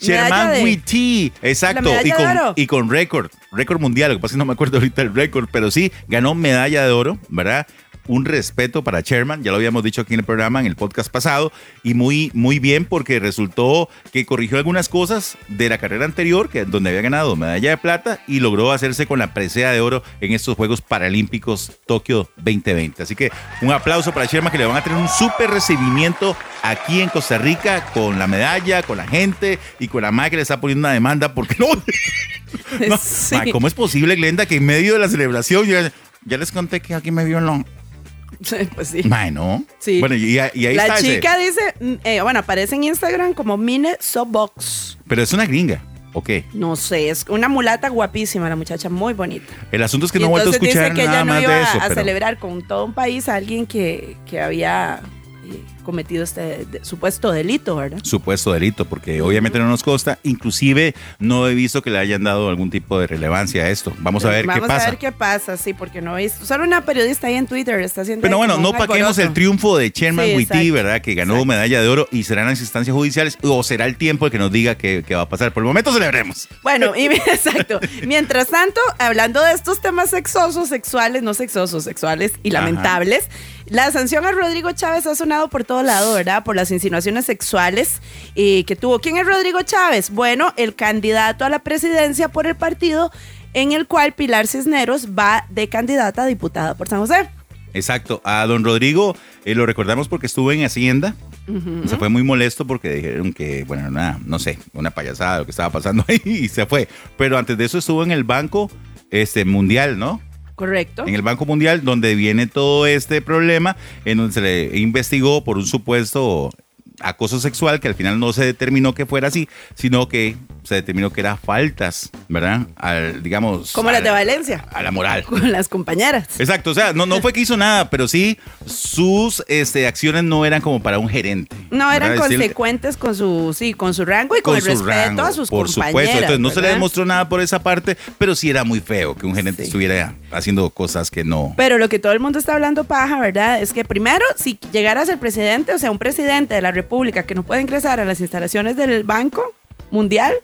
[SPEAKER 3] medalla
[SPEAKER 2] Sherman
[SPEAKER 3] de-
[SPEAKER 2] Witty, exacto,
[SPEAKER 3] medalla
[SPEAKER 2] y
[SPEAKER 3] de
[SPEAKER 2] con,
[SPEAKER 3] oro.
[SPEAKER 2] y con récord, récord mundial, lo que pasa es que no me acuerdo ahorita el récord, pero sí, ganó medalla de oro, ¿verdad? Un respeto para Sherman, ya lo habíamos dicho aquí en el programa, en el podcast pasado, y muy, muy bien porque resultó que corrigió algunas cosas de la carrera anterior, que donde había ganado medalla de plata, y logró hacerse con la presea de oro en estos Juegos Paralímpicos Tokio 2020. Así que un aplauso para Sherman, que le van a tener un súper recibimiento aquí en Costa Rica, con la medalla, con la gente, y con la madre que le está poniendo una demanda porque no... No,
[SPEAKER 3] Sí.
[SPEAKER 2] ma, ¿Cómo es posible, Glenda, que en medio de la celebración ya, ya les conté que aquí me violó?
[SPEAKER 3] Pues sí.
[SPEAKER 2] Ma, no.
[SPEAKER 3] Sí.
[SPEAKER 2] Bueno, y, y ahí
[SPEAKER 3] la
[SPEAKER 2] está ese.
[SPEAKER 3] chica dice, mm, eh, bueno, aparece en Instagram como Mine Sobox.
[SPEAKER 2] Pero es una gringa. Ok.
[SPEAKER 3] No sé, es una mulata guapísima, la muchacha, muy bonita.
[SPEAKER 2] El asunto es que
[SPEAKER 3] Y
[SPEAKER 2] no he vuelto a
[SPEAKER 3] entonces
[SPEAKER 2] escuchar
[SPEAKER 3] dice que
[SPEAKER 2] nada
[SPEAKER 3] ella no
[SPEAKER 2] más
[SPEAKER 3] iba
[SPEAKER 2] de eso.
[SPEAKER 3] a
[SPEAKER 2] pero-
[SPEAKER 3] celebrar con todo un país a alguien que, que había eh, cometido este de- supuesto delito, ¿verdad?
[SPEAKER 2] supuesto delito, porque obviamente no nos consta. Inclusive no he visto que le hayan dado algún tipo de relevancia a esto. Vamos a ver qué
[SPEAKER 3] Vamos
[SPEAKER 2] pasa.
[SPEAKER 3] a ver qué pasa, sí, porque no he visto. Solo una periodista ahí en Twitter está haciendo.
[SPEAKER 2] Pero
[SPEAKER 3] ahí
[SPEAKER 2] bueno,
[SPEAKER 3] como
[SPEAKER 2] no
[SPEAKER 3] un
[SPEAKER 2] paquemos el
[SPEAKER 3] alboroto.
[SPEAKER 2] triunfo de Sherman
[SPEAKER 3] Sí,
[SPEAKER 2] Witty,
[SPEAKER 3] exacto.
[SPEAKER 2] ¿verdad? Que ganó
[SPEAKER 3] Exacto.
[SPEAKER 2] medalla de oro y serán las instancias judiciales o será el tiempo el que nos diga qué, qué va a pasar. Por el momento celebremos.
[SPEAKER 3] Bueno, y, exacto. Mientras tanto, hablando de estos temas sexosos, sexuales, no sexosos, sexuales y
[SPEAKER 2] Ajá.
[SPEAKER 3] lamentables, la sanción a Rodrigo Chávez ha sonado por todo lado, ¿verdad? Por las insinuaciones sexuales eh, que tuvo. ¿Quién es Rodrigo Chávez? Bueno, el candidato a la presidencia por el partido en el cual Pilar Cisneros va de candidata a diputada por San José.
[SPEAKER 2] Exacto. A don Rodrigo eh, lo recordamos porque estuvo en Hacienda, O sea, fue muy molesto porque dijeron que, bueno, nada, no sé, una payasada lo que estaba pasando ahí y se fue. Pero antes de eso estuvo en el Banco este, Mundial, ¿no?
[SPEAKER 3] Correcto.
[SPEAKER 2] En el Banco Mundial, donde viene todo este problema, en donde se le investigó por un supuesto acoso sexual, que al final no se determinó que fuera así, sino que se determinó que era faltas, ¿verdad? Al, digamos...
[SPEAKER 3] Como las
[SPEAKER 2] al-
[SPEAKER 3] de Valencia.
[SPEAKER 2] A la moral.
[SPEAKER 3] Con las compañeras.
[SPEAKER 2] Exacto, o sea, no, no fue que hizo nada, pero sí sus este, acciones no eran como para un gerente.
[SPEAKER 3] No, eran
[SPEAKER 2] ¿verdad? Decir-
[SPEAKER 3] consecuentes con su, sí, con su rango y con, el
[SPEAKER 2] su
[SPEAKER 3] respeto
[SPEAKER 2] rango,
[SPEAKER 3] a sus
[SPEAKER 2] Por
[SPEAKER 3] compañeras.
[SPEAKER 2] supuesto, entonces no se le
[SPEAKER 3] ¿verdad?
[SPEAKER 2] demostró nada por esa parte, pero sí era muy feo que un gerente
[SPEAKER 3] Sí.
[SPEAKER 2] estuviera haciendo cosas que no...
[SPEAKER 3] Pero lo que todo el mundo está hablando paja, ¿verdad? Es que primero, si llegara a ser presidente, o sea, un presidente de la República que no puede ingresar a las instalaciones del Banco Mundial,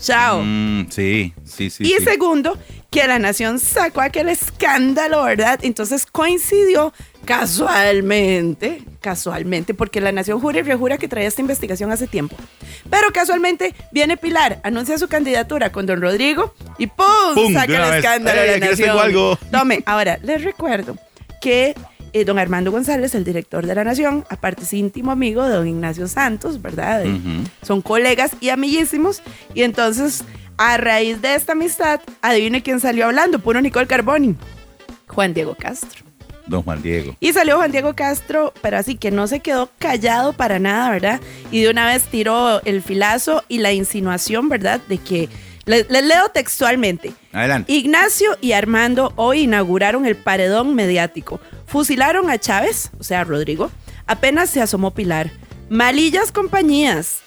[SPEAKER 3] chao.
[SPEAKER 2] Mm, sí, sí, sí.
[SPEAKER 3] y
[SPEAKER 2] sí.
[SPEAKER 3] segundo, que la nación sacó aquel escándalo, ¿verdad? Entonces coincidió casualmente, casualmente, porque la nación jura y rejura que traía esta investigación hace tiempo. Pero casualmente viene Pilar, anuncia su candidatura con don Rodrigo y ¡pum!
[SPEAKER 2] ¡Pum!
[SPEAKER 3] Saca
[SPEAKER 2] De una
[SPEAKER 3] el
[SPEAKER 2] vez.
[SPEAKER 3] escándalo
[SPEAKER 2] ¡Ey,
[SPEAKER 3] de
[SPEAKER 2] aquí
[SPEAKER 3] la
[SPEAKER 2] les tengo
[SPEAKER 3] nación.
[SPEAKER 2] algo!
[SPEAKER 3] Tome, ahora les recuerdo que eh, don Armando González, el director de la Nación, aparte es íntimo amigo de don Ignacio Santos, ¿verdad? Eh,
[SPEAKER 2] Ujú.
[SPEAKER 3] Son colegas y amiguísimos. Y entonces, a raíz de esta amistad, adivine quién salió hablando, puro Nicole Carboni. Juan Diego Castro.
[SPEAKER 2] Don Juan Diego.
[SPEAKER 3] Y salió Juan Diego Castro, pero así que no se quedó callado para nada, ¿verdad? Y de una vez tiró el filazo y la insinuación, ¿verdad? De que, les leo textualmente,
[SPEAKER 2] Adelante.
[SPEAKER 3] Ignacio y Armando hoy inauguraron el paredón mediático. Fusilaron a Chávez, o sea, a Rodrigo. Apenas se asomó Pilar. Malillas compañías.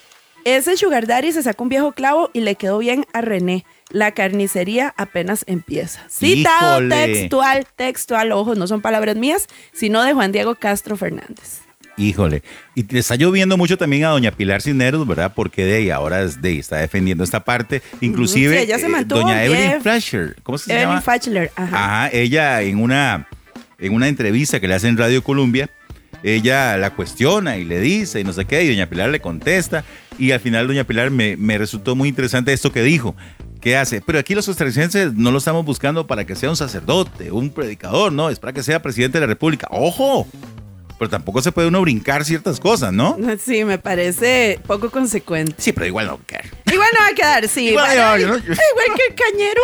[SPEAKER 3] Ese Sugar Daddy se sacó un viejo clavo y le quedó bien a René. La carnicería apenas empieza. Citado
[SPEAKER 2] Híjole.
[SPEAKER 3] textual, textual, ojo, no son palabras mías, sino de Juan Diego Castro Fernández.
[SPEAKER 2] Híjole. Y te está lloviendo mucho también a doña Pilar Cisneros, ¿verdad? Porque de ahí ahora es de ahí, está defendiendo esta parte. Inclusive
[SPEAKER 3] Mm, Sí, ella se
[SPEAKER 2] eh,
[SPEAKER 3] mantuvo
[SPEAKER 2] doña Evelyn
[SPEAKER 3] bien.
[SPEAKER 2] Flasher. ¿Cómo es que se
[SPEAKER 3] Evelyn
[SPEAKER 2] llama?
[SPEAKER 3] Fachler, ajá.
[SPEAKER 2] Ajá, ella en una, en una entrevista que le hacen en Radio Colombia, ella la cuestiona y le dice y no sé qué, y doña Pilar le contesta, y al final doña Pilar me, me resultó muy interesante esto que dijo. ¿Qué hace? Pero aquí los costarricenses no lo estamos buscando para que sea un sacerdote, un predicador, no, es para que sea presidente de la República. ¡Ojo! Pero tampoco se puede uno brincar ciertas cosas, ¿no?
[SPEAKER 3] Sí, me parece poco consecuente.
[SPEAKER 2] Sí, pero igual no. care.
[SPEAKER 3] Igual no va a quedar, sí.
[SPEAKER 2] Igual
[SPEAKER 3] va-
[SPEAKER 2] no,
[SPEAKER 3] ay,
[SPEAKER 2] yo no-
[SPEAKER 3] igual que el cañero.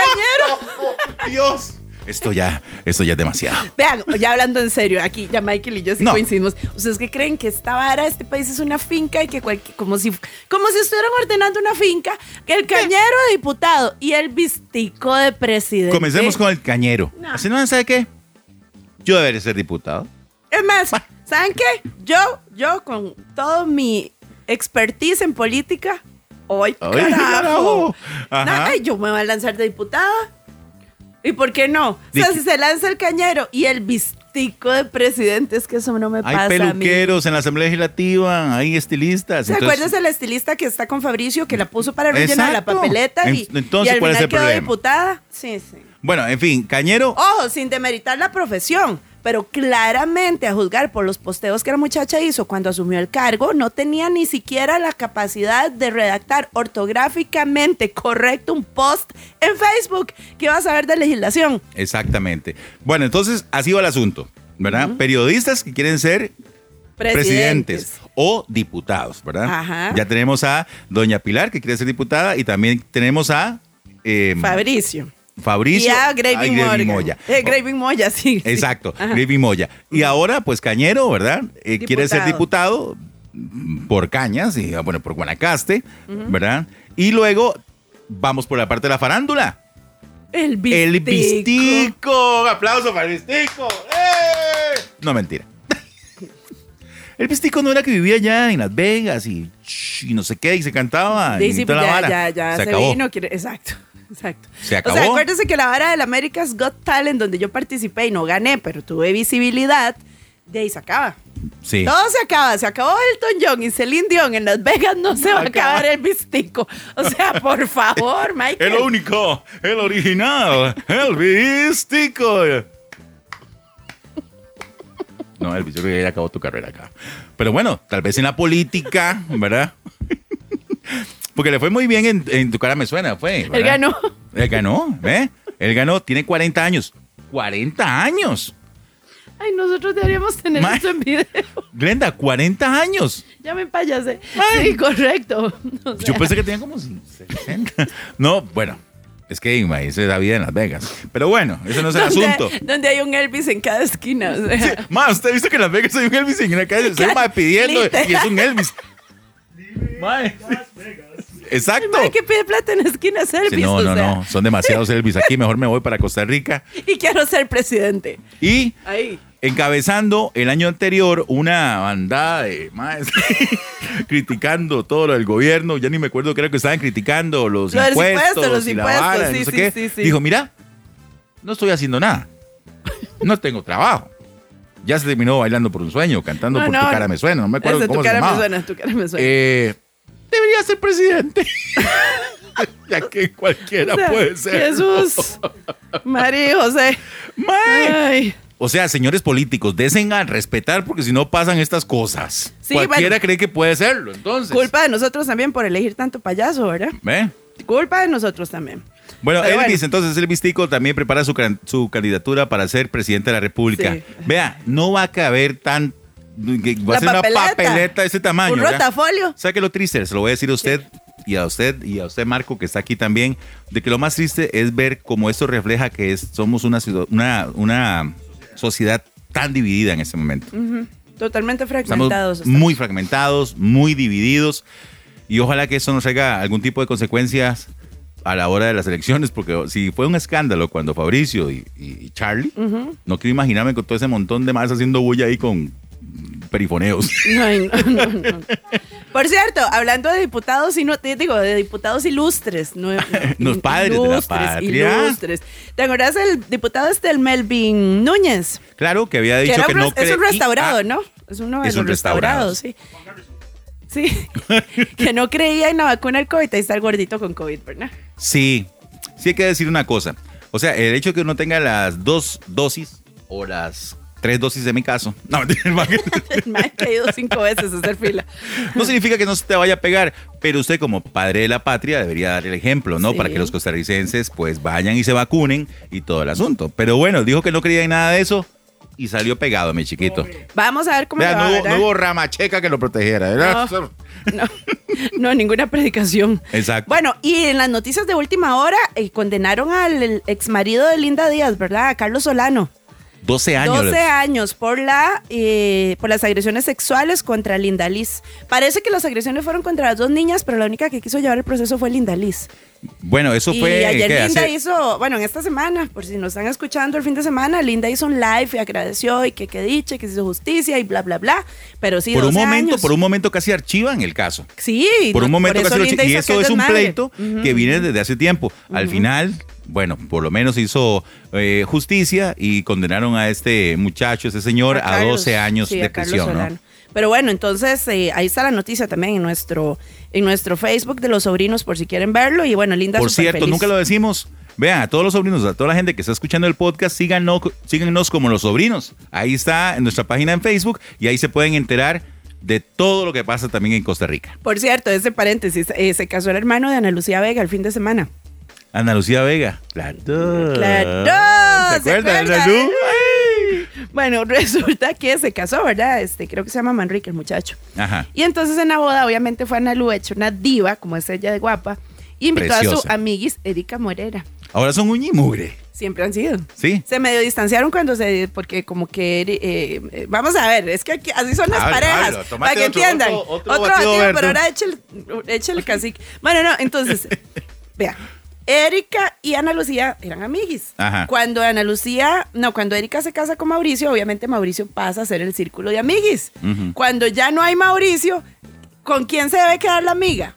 [SPEAKER 3] Cañero.
[SPEAKER 2] ¡Dios! Esto ya, esto ya es demasiado.
[SPEAKER 3] Vean, ya hablando en serio, aquí ya Michael y yo sí
[SPEAKER 2] No.
[SPEAKER 3] coincidimos. ¿Ustedes qué creen que esta vara, este país es una finca y que cualquier, como si, como si estuvieran ordenando una finca, que el cañero de diputado y el vistico de presidente.
[SPEAKER 2] Comencemos con el cañero.
[SPEAKER 3] No.
[SPEAKER 2] Así no sabe qué. Yo debería ser diputado.
[SPEAKER 3] Es más, ¿saben qué? Yo, yo con todo mi expertise en política, hoy,
[SPEAKER 2] Ay,
[SPEAKER 3] carajo.
[SPEAKER 2] carajo. Ajá.
[SPEAKER 3] Ay, yo me voy a lanzar de diputada. ¿Y por qué no? O sea,
[SPEAKER 2] Di-
[SPEAKER 3] si se lanza el cañero y el vistico de presidente, es que eso no me
[SPEAKER 2] Hay
[SPEAKER 3] pasa a mí.
[SPEAKER 2] peluqueros en la Asamblea Legislativa, hay estilistas.
[SPEAKER 3] ¿Se
[SPEAKER 2] entonces-
[SPEAKER 3] acuerdas del estilista que está con Fabricio que la puso para rellenar la
[SPEAKER 2] Exacto.
[SPEAKER 3] papeleta y,
[SPEAKER 2] En- entonces,
[SPEAKER 3] y al
[SPEAKER 2] ¿cuál es
[SPEAKER 3] final
[SPEAKER 2] el
[SPEAKER 3] quedó
[SPEAKER 2] problema?
[SPEAKER 3] diputada? Sí, sí.
[SPEAKER 2] Bueno, en fin, cañero.
[SPEAKER 3] Ojo, sin demeritar la profesión, pero claramente a juzgar por los posteos que la muchacha hizo cuando asumió el cargo, no tenía ni siquiera la capacidad de redactar ortográficamente correcto un post en Facebook que va a saber de legislación.
[SPEAKER 2] Exactamente. Bueno, entonces así va el asunto, ¿verdad? Periodistas que quieren ser presidentes. o diputados, ¿verdad?
[SPEAKER 3] Ajá.
[SPEAKER 2] Ya tenemos a doña Pilar, que quiere ser diputada, y también tenemos a eh,
[SPEAKER 3] Fabricio.
[SPEAKER 2] Fabricio.
[SPEAKER 3] Y a
[SPEAKER 2] ay,
[SPEAKER 3] Gravy
[SPEAKER 2] Gravy
[SPEAKER 3] Morgan.
[SPEAKER 2] Moya.
[SPEAKER 3] Eh, Gravy Moya, sí. sí.
[SPEAKER 2] Exacto,
[SPEAKER 3] Ajá.
[SPEAKER 2] Gravy Moya. Y ahora, pues Cañero, ¿verdad? Eh, quiere ser diputado por Cañas, y, ah, bueno, por Guanacaste, ¿verdad? Y luego vamos por la parte de la farándula.
[SPEAKER 3] El vistico.
[SPEAKER 2] El Vistico. Un aplauso para el Vistico. ¡Eh! No, mentira. El Vistico no era que vivía allá en Las Vegas y, y no sé qué, y se cantaba.
[SPEAKER 3] Sí,
[SPEAKER 2] y
[SPEAKER 3] sí,
[SPEAKER 2] toda la
[SPEAKER 3] pues ya,
[SPEAKER 2] vara.
[SPEAKER 3] ya, ya,
[SPEAKER 2] se,
[SPEAKER 3] se,
[SPEAKER 2] acabó.
[SPEAKER 3] vino, quiere- exacto, exacto.
[SPEAKER 2] Se
[SPEAKER 3] O sea,
[SPEAKER 2] acabó.
[SPEAKER 3] acuérdense que la vara del America's Got Talent, donde yo participé y no gané, pero tuve visibilidad, de ahí se acaba.
[SPEAKER 2] Sí.
[SPEAKER 3] Todo se acaba, se acabó Elton John y Celine Dion en Las Vegas, no se va a acabar el vistico. O sea, por favor, Michael.
[SPEAKER 2] El único, el original, el Vistico. No, Elvis, yo creo que ya acabó tu carrera acá. Pero bueno, tal vez en la política, ¿verdad? Porque le fue muy bien en, en Tu cara me suena, fue. ¿verdad?
[SPEAKER 3] Él ganó.
[SPEAKER 2] Él ganó, ¿eh? Él ganó, tiene 40 años. 40 años.
[SPEAKER 3] Ay, nosotros deberíamos tener
[SPEAKER 2] Ma-
[SPEAKER 3] esto en video.
[SPEAKER 2] Glenda, 40 años.
[SPEAKER 3] Ya me empayasé.
[SPEAKER 2] Ay.
[SPEAKER 3] Sí, correcto. O
[SPEAKER 2] Yo
[SPEAKER 3] sea,
[SPEAKER 2] pensé que tenía como 60. No, bueno, es que imagínese la vida en Las Vegas. Pero bueno, ese no es el
[SPEAKER 3] donde-
[SPEAKER 2] asunto.
[SPEAKER 3] Donde hay un Elvis en cada esquina. o sea.
[SPEAKER 2] Ma, usted ha visto que en Las Vegas hay un Elvis en la calle. Usted va pidiendo y es un Elvis. Ma,
[SPEAKER 3] El
[SPEAKER 2] Exacto.
[SPEAKER 3] mae que pide plata en la esquina es
[SPEAKER 2] Sí,
[SPEAKER 3] Elvis.
[SPEAKER 2] no,
[SPEAKER 3] o
[SPEAKER 2] no,
[SPEAKER 3] sea.
[SPEAKER 2] no. Son demasiados Elvis aquí. Mejor me voy para Costa Rica.
[SPEAKER 3] Y quiero ser presidente.
[SPEAKER 2] Y
[SPEAKER 3] Ahí.
[SPEAKER 2] encabezando el año anterior una bandada de más criticando todo lo del gobierno. Ya ni me acuerdo, creo que estaban criticando los
[SPEAKER 3] Lo del
[SPEAKER 2] impuestos,
[SPEAKER 3] impuesto, los
[SPEAKER 2] y la
[SPEAKER 3] impuestos,
[SPEAKER 2] vara,
[SPEAKER 3] sí,
[SPEAKER 2] no sé
[SPEAKER 3] sí,
[SPEAKER 2] qué.
[SPEAKER 3] sí, sí.
[SPEAKER 2] Dijo, mira, no estoy haciendo nada. No tengo trabajo. Ya se terminó bailando por un sueño, cantando
[SPEAKER 3] No,
[SPEAKER 2] por
[SPEAKER 3] no,
[SPEAKER 2] tu cara me suena, no me acuerdo
[SPEAKER 3] Eso,
[SPEAKER 2] cómo
[SPEAKER 3] tu
[SPEAKER 2] se
[SPEAKER 3] cara
[SPEAKER 2] llamaba.
[SPEAKER 3] me suena, tu cara me suena.
[SPEAKER 2] Eh, debería ser presidente. ya que cualquiera
[SPEAKER 3] O sea,
[SPEAKER 2] puede ser.
[SPEAKER 3] Jesús, María, José.
[SPEAKER 2] Mae.
[SPEAKER 3] Ay.
[SPEAKER 2] O sea, señores políticos, desen a respetar porque si no pasan estas cosas.
[SPEAKER 3] Sí,
[SPEAKER 2] Cualquiera
[SPEAKER 3] bueno.
[SPEAKER 2] cree que puede serlo, entonces.
[SPEAKER 3] Culpa de nosotros también por elegir tanto payaso, ¿verdad?
[SPEAKER 2] ¿Ve?
[SPEAKER 3] Culpa de nosotros también.
[SPEAKER 2] Bueno,
[SPEAKER 3] Pero
[SPEAKER 2] Elvis,
[SPEAKER 3] bueno.
[SPEAKER 2] entonces Elvis Tico también prepara su, can- su candidatura para ser presidente de la República.
[SPEAKER 3] Sí.
[SPEAKER 2] Vea, no va a caber tan... que Va a
[SPEAKER 3] La
[SPEAKER 2] ser una
[SPEAKER 3] papeleta.
[SPEAKER 2] papeleta de ese tamaño.
[SPEAKER 3] Un
[SPEAKER 2] ¿verdad?
[SPEAKER 3] rotafolio.
[SPEAKER 2] ¿Sabe qué es lo triste? Se lo voy a decir a usted y a usted y a usted, Marco, que está aquí también, de que lo más triste es ver cómo esto refleja que es- somos una, ciudad- una, una sociedad tan dividida en este momento.
[SPEAKER 3] Totalmente
[SPEAKER 2] Estamos
[SPEAKER 3] fragmentados.
[SPEAKER 2] muy fragmentados, muy divididos. Y ojalá que eso nos traiga algún tipo de consecuencias a la hora de las elecciones, porque si fue un escándalo cuando Fabricio y, y Charlie, no quiero imaginarme con todo ese montón de más haciendo bulla ahí con perifoneos.
[SPEAKER 3] Ay, no, no, no. Por cierto, hablando de diputados y no te digo de diputados ilustres, no, no,
[SPEAKER 2] Los padres de la
[SPEAKER 3] ilustres,
[SPEAKER 2] patria.
[SPEAKER 3] Ilustres. ¿Te acordás del diputado este el Melvin Núñez?
[SPEAKER 2] Claro que había
[SPEAKER 3] Que
[SPEAKER 2] dicho
[SPEAKER 3] era
[SPEAKER 2] que
[SPEAKER 3] un
[SPEAKER 2] no ah,
[SPEAKER 3] res- es un
[SPEAKER 2] creía-
[SPEAKER 3] restaurado, ¿no? Es uno de
[SPEAKER 2] es
[SPEAKER 3] los
[SPEAKER 2] un restaurado.
[SPEAKER 3] restaurados, sí. Sí, que no creía en la vacuna del COVID, ahí está el gordito con COVID, ¿verdad?
[SPEAKER 2] Sí, sí hay que decir una cosa. O sea, el hecho de que uno tenga las dos dosis o las tres dosis de mi caso, no, mentira,
[SPEAKER 3] Me ha caído cinco veces a hacer fila.
[SPEAKER 2] no significa que no se te vaya a pegar, pero usted como padre de la patria debería dar el ejemplo, ¿no?
[SPEAKER 3] Sí.
[SPEAKER 2] Para que los costarricenses pues vayan y se vacunen y todo el asunto. Pero bueno, dijo que no creía en nada de eso y salió pegado, mi chiquito.
[SPEAKER 3] Vamos a ver cómo
[SPEAKER 2] Vea,
[SPEAKER 3] le va,
[SPEAKER 2] no, hubo,
[SPEAKER 3] ¿verdad?
[SPEAKER 2] no hubo ramacheca que lo protegiera. ¿verdad?
[SPEAKER 3] No. No, no, ninguna predicación.
[SPEAKER 2] Exacto.
[SPEAKER 3] Bueno, y en las noticias de última hora eh, condenaron al el ex marido de Linda Díaz, ¿verdad? A Carlos Solano.
[SPEAKER 2] 12 años.
[SPEAKER 3] 12 años por, la, eh, por las agresiones sexuales contra Linda Liz. Parece que las agresiones fueron contra las dos niñas, pero la única que quiso llevar el proceso fue Linda Liz.
[SPEAKER 2] Bueno, eso
[SPEAKER 3] Y
[SPEAKER 2] fue...
[SPEAKER 3] ayer
[SPEAKER 2] ¿qué?
[SPEAKER 3] Linda
[SPEAKER 2] Hace-
[SPEAKER 3] hizo, bueno, en esta semana, por si nos están escuchando el fin de semana, Linda hizo un live y agradeció y que qué dicha, que se hizo justicia y bla, bla, bla. Pero sí,
[SPEAKER 2] por un
[SPEAKER 3] 12
[SPEAKER 2] momento,
[SPEAKER 3] años.
[SPEAKER 2] por un momento casi archivan el caso.
[SPEAKER 3] Sí,
[SPEAKER 2] por un
[SPEAKER 3] no-
[SPEAKER 2] momento
[SPEAKER 3] eso
[SPEAKER 2] casi lo
[SPEAKER 3] Linda
[SPEAKER 2] eché. y
[SPEAKER 3] hizo
[SPEAKER 2] eso
[SPEAKER 3] aquel
[SPEAKER 2] es un
[SPEAKER 3] desmadre.
[SPEAKER 2] pleito que viene desde hace tiempo. Al final, bueno, por lo menos hizo eh, justicia y condenaron a este muchacho, este señor, a,
[SPEAKER 3] Carlos,
[SPEAKER 2] 12 años
[SPEAKER 3] sí,
[SPEAKER 2] de
[SPEAKER 3] a Carlos
[SPEAKER 2] prisión. ¿no?
[SPEAKER 3] Solano. Pero bueno, entonces eh, ahí está la noticia también en nuestro, en nuestro Facebook de los sobrinos por si quieren verlo. Y bueno, Linda
[SPEAKER 2] Por
[SPEAKER 3] superfeliz.
[SPEAKER 2] cierto, nunca lo decimos. Vean, a todos los sobrinos, a toda la gente que está escuchando el podcast, síganos, síganos como los sobrinos. Ahí está en nuestra página en Facebook y ahí se pueden enterar de todo lo que pasa también en Costa Rica.
[SPEAKER 3] Por cierto, ese paréntesis, eh, se casó el hermano de Ana Lucía Vega el fin de semana.
[SPEAKER 2] Ana Lucía Vega. Claro.
[SPEAKER 3] Claro,
[SPEAKER 2] ¿Se
[SPEAKER 3] ¿se
[SPEAKER 2] acuerdan?
[SPEAKER 3] acuerdan?
[SPEAKER 2] Lu?
[SPEAKER 3] Bueno, resulta que se casó, ¿verdad? Este, creo que se llama Manrique el muchacho.
[SPEAKER 2] Ajá.
[SPEAKER 3] Y entonces en la boda, obviamente fue Ana Lu, hecha una diva, como es ella de guapa, y invitó a su
[SPEAKER 2] Preciosa.
[SPEAKER 3] amiguis Erika Morera.
[SPEAKER 2] Ahora son uña y mugre.
[SPEAKER 3] Siempre han sido.
[SPEAKER 2] ¿Sí?
[SPEAKER 3] Se medio distanciaron cuando se. Porque como que. eh, eh, vamos a ver, es que aquí, así son las
[SPEAKER 2] Habla,
[SPEAKER 3] parejas.
[SPEAKER 2] habla, tomate
[SPEAKER 3] para que
[SPEAKER 2] otro-
[SPEAKER 3] entiendan.
[SPEAKER 2] otro-
[SPEAKER 3] Otro,
[SPEAKER 2] otro batido
[SPEAKER 3] batido,
[SPEAKER 2] verde.
[SPEAKER 3] pero ahora échale, échale cacique. Bueno, no, entonces. vea. Erika y Ana Lucía eran amiguis.
[SPEAKER 2] Ajá.
[SPEAKER 3] Cuando Ana Lucía, no, cuando Erika se casa con Mauricio, obviamente Mauricio pasa a ser el círculo de amiguis.
[SPEAKER 2] Ujú.
[SPEAKER 3] Cuando ya no hay Mauricio, ¿con quién se debe quedar la amiga?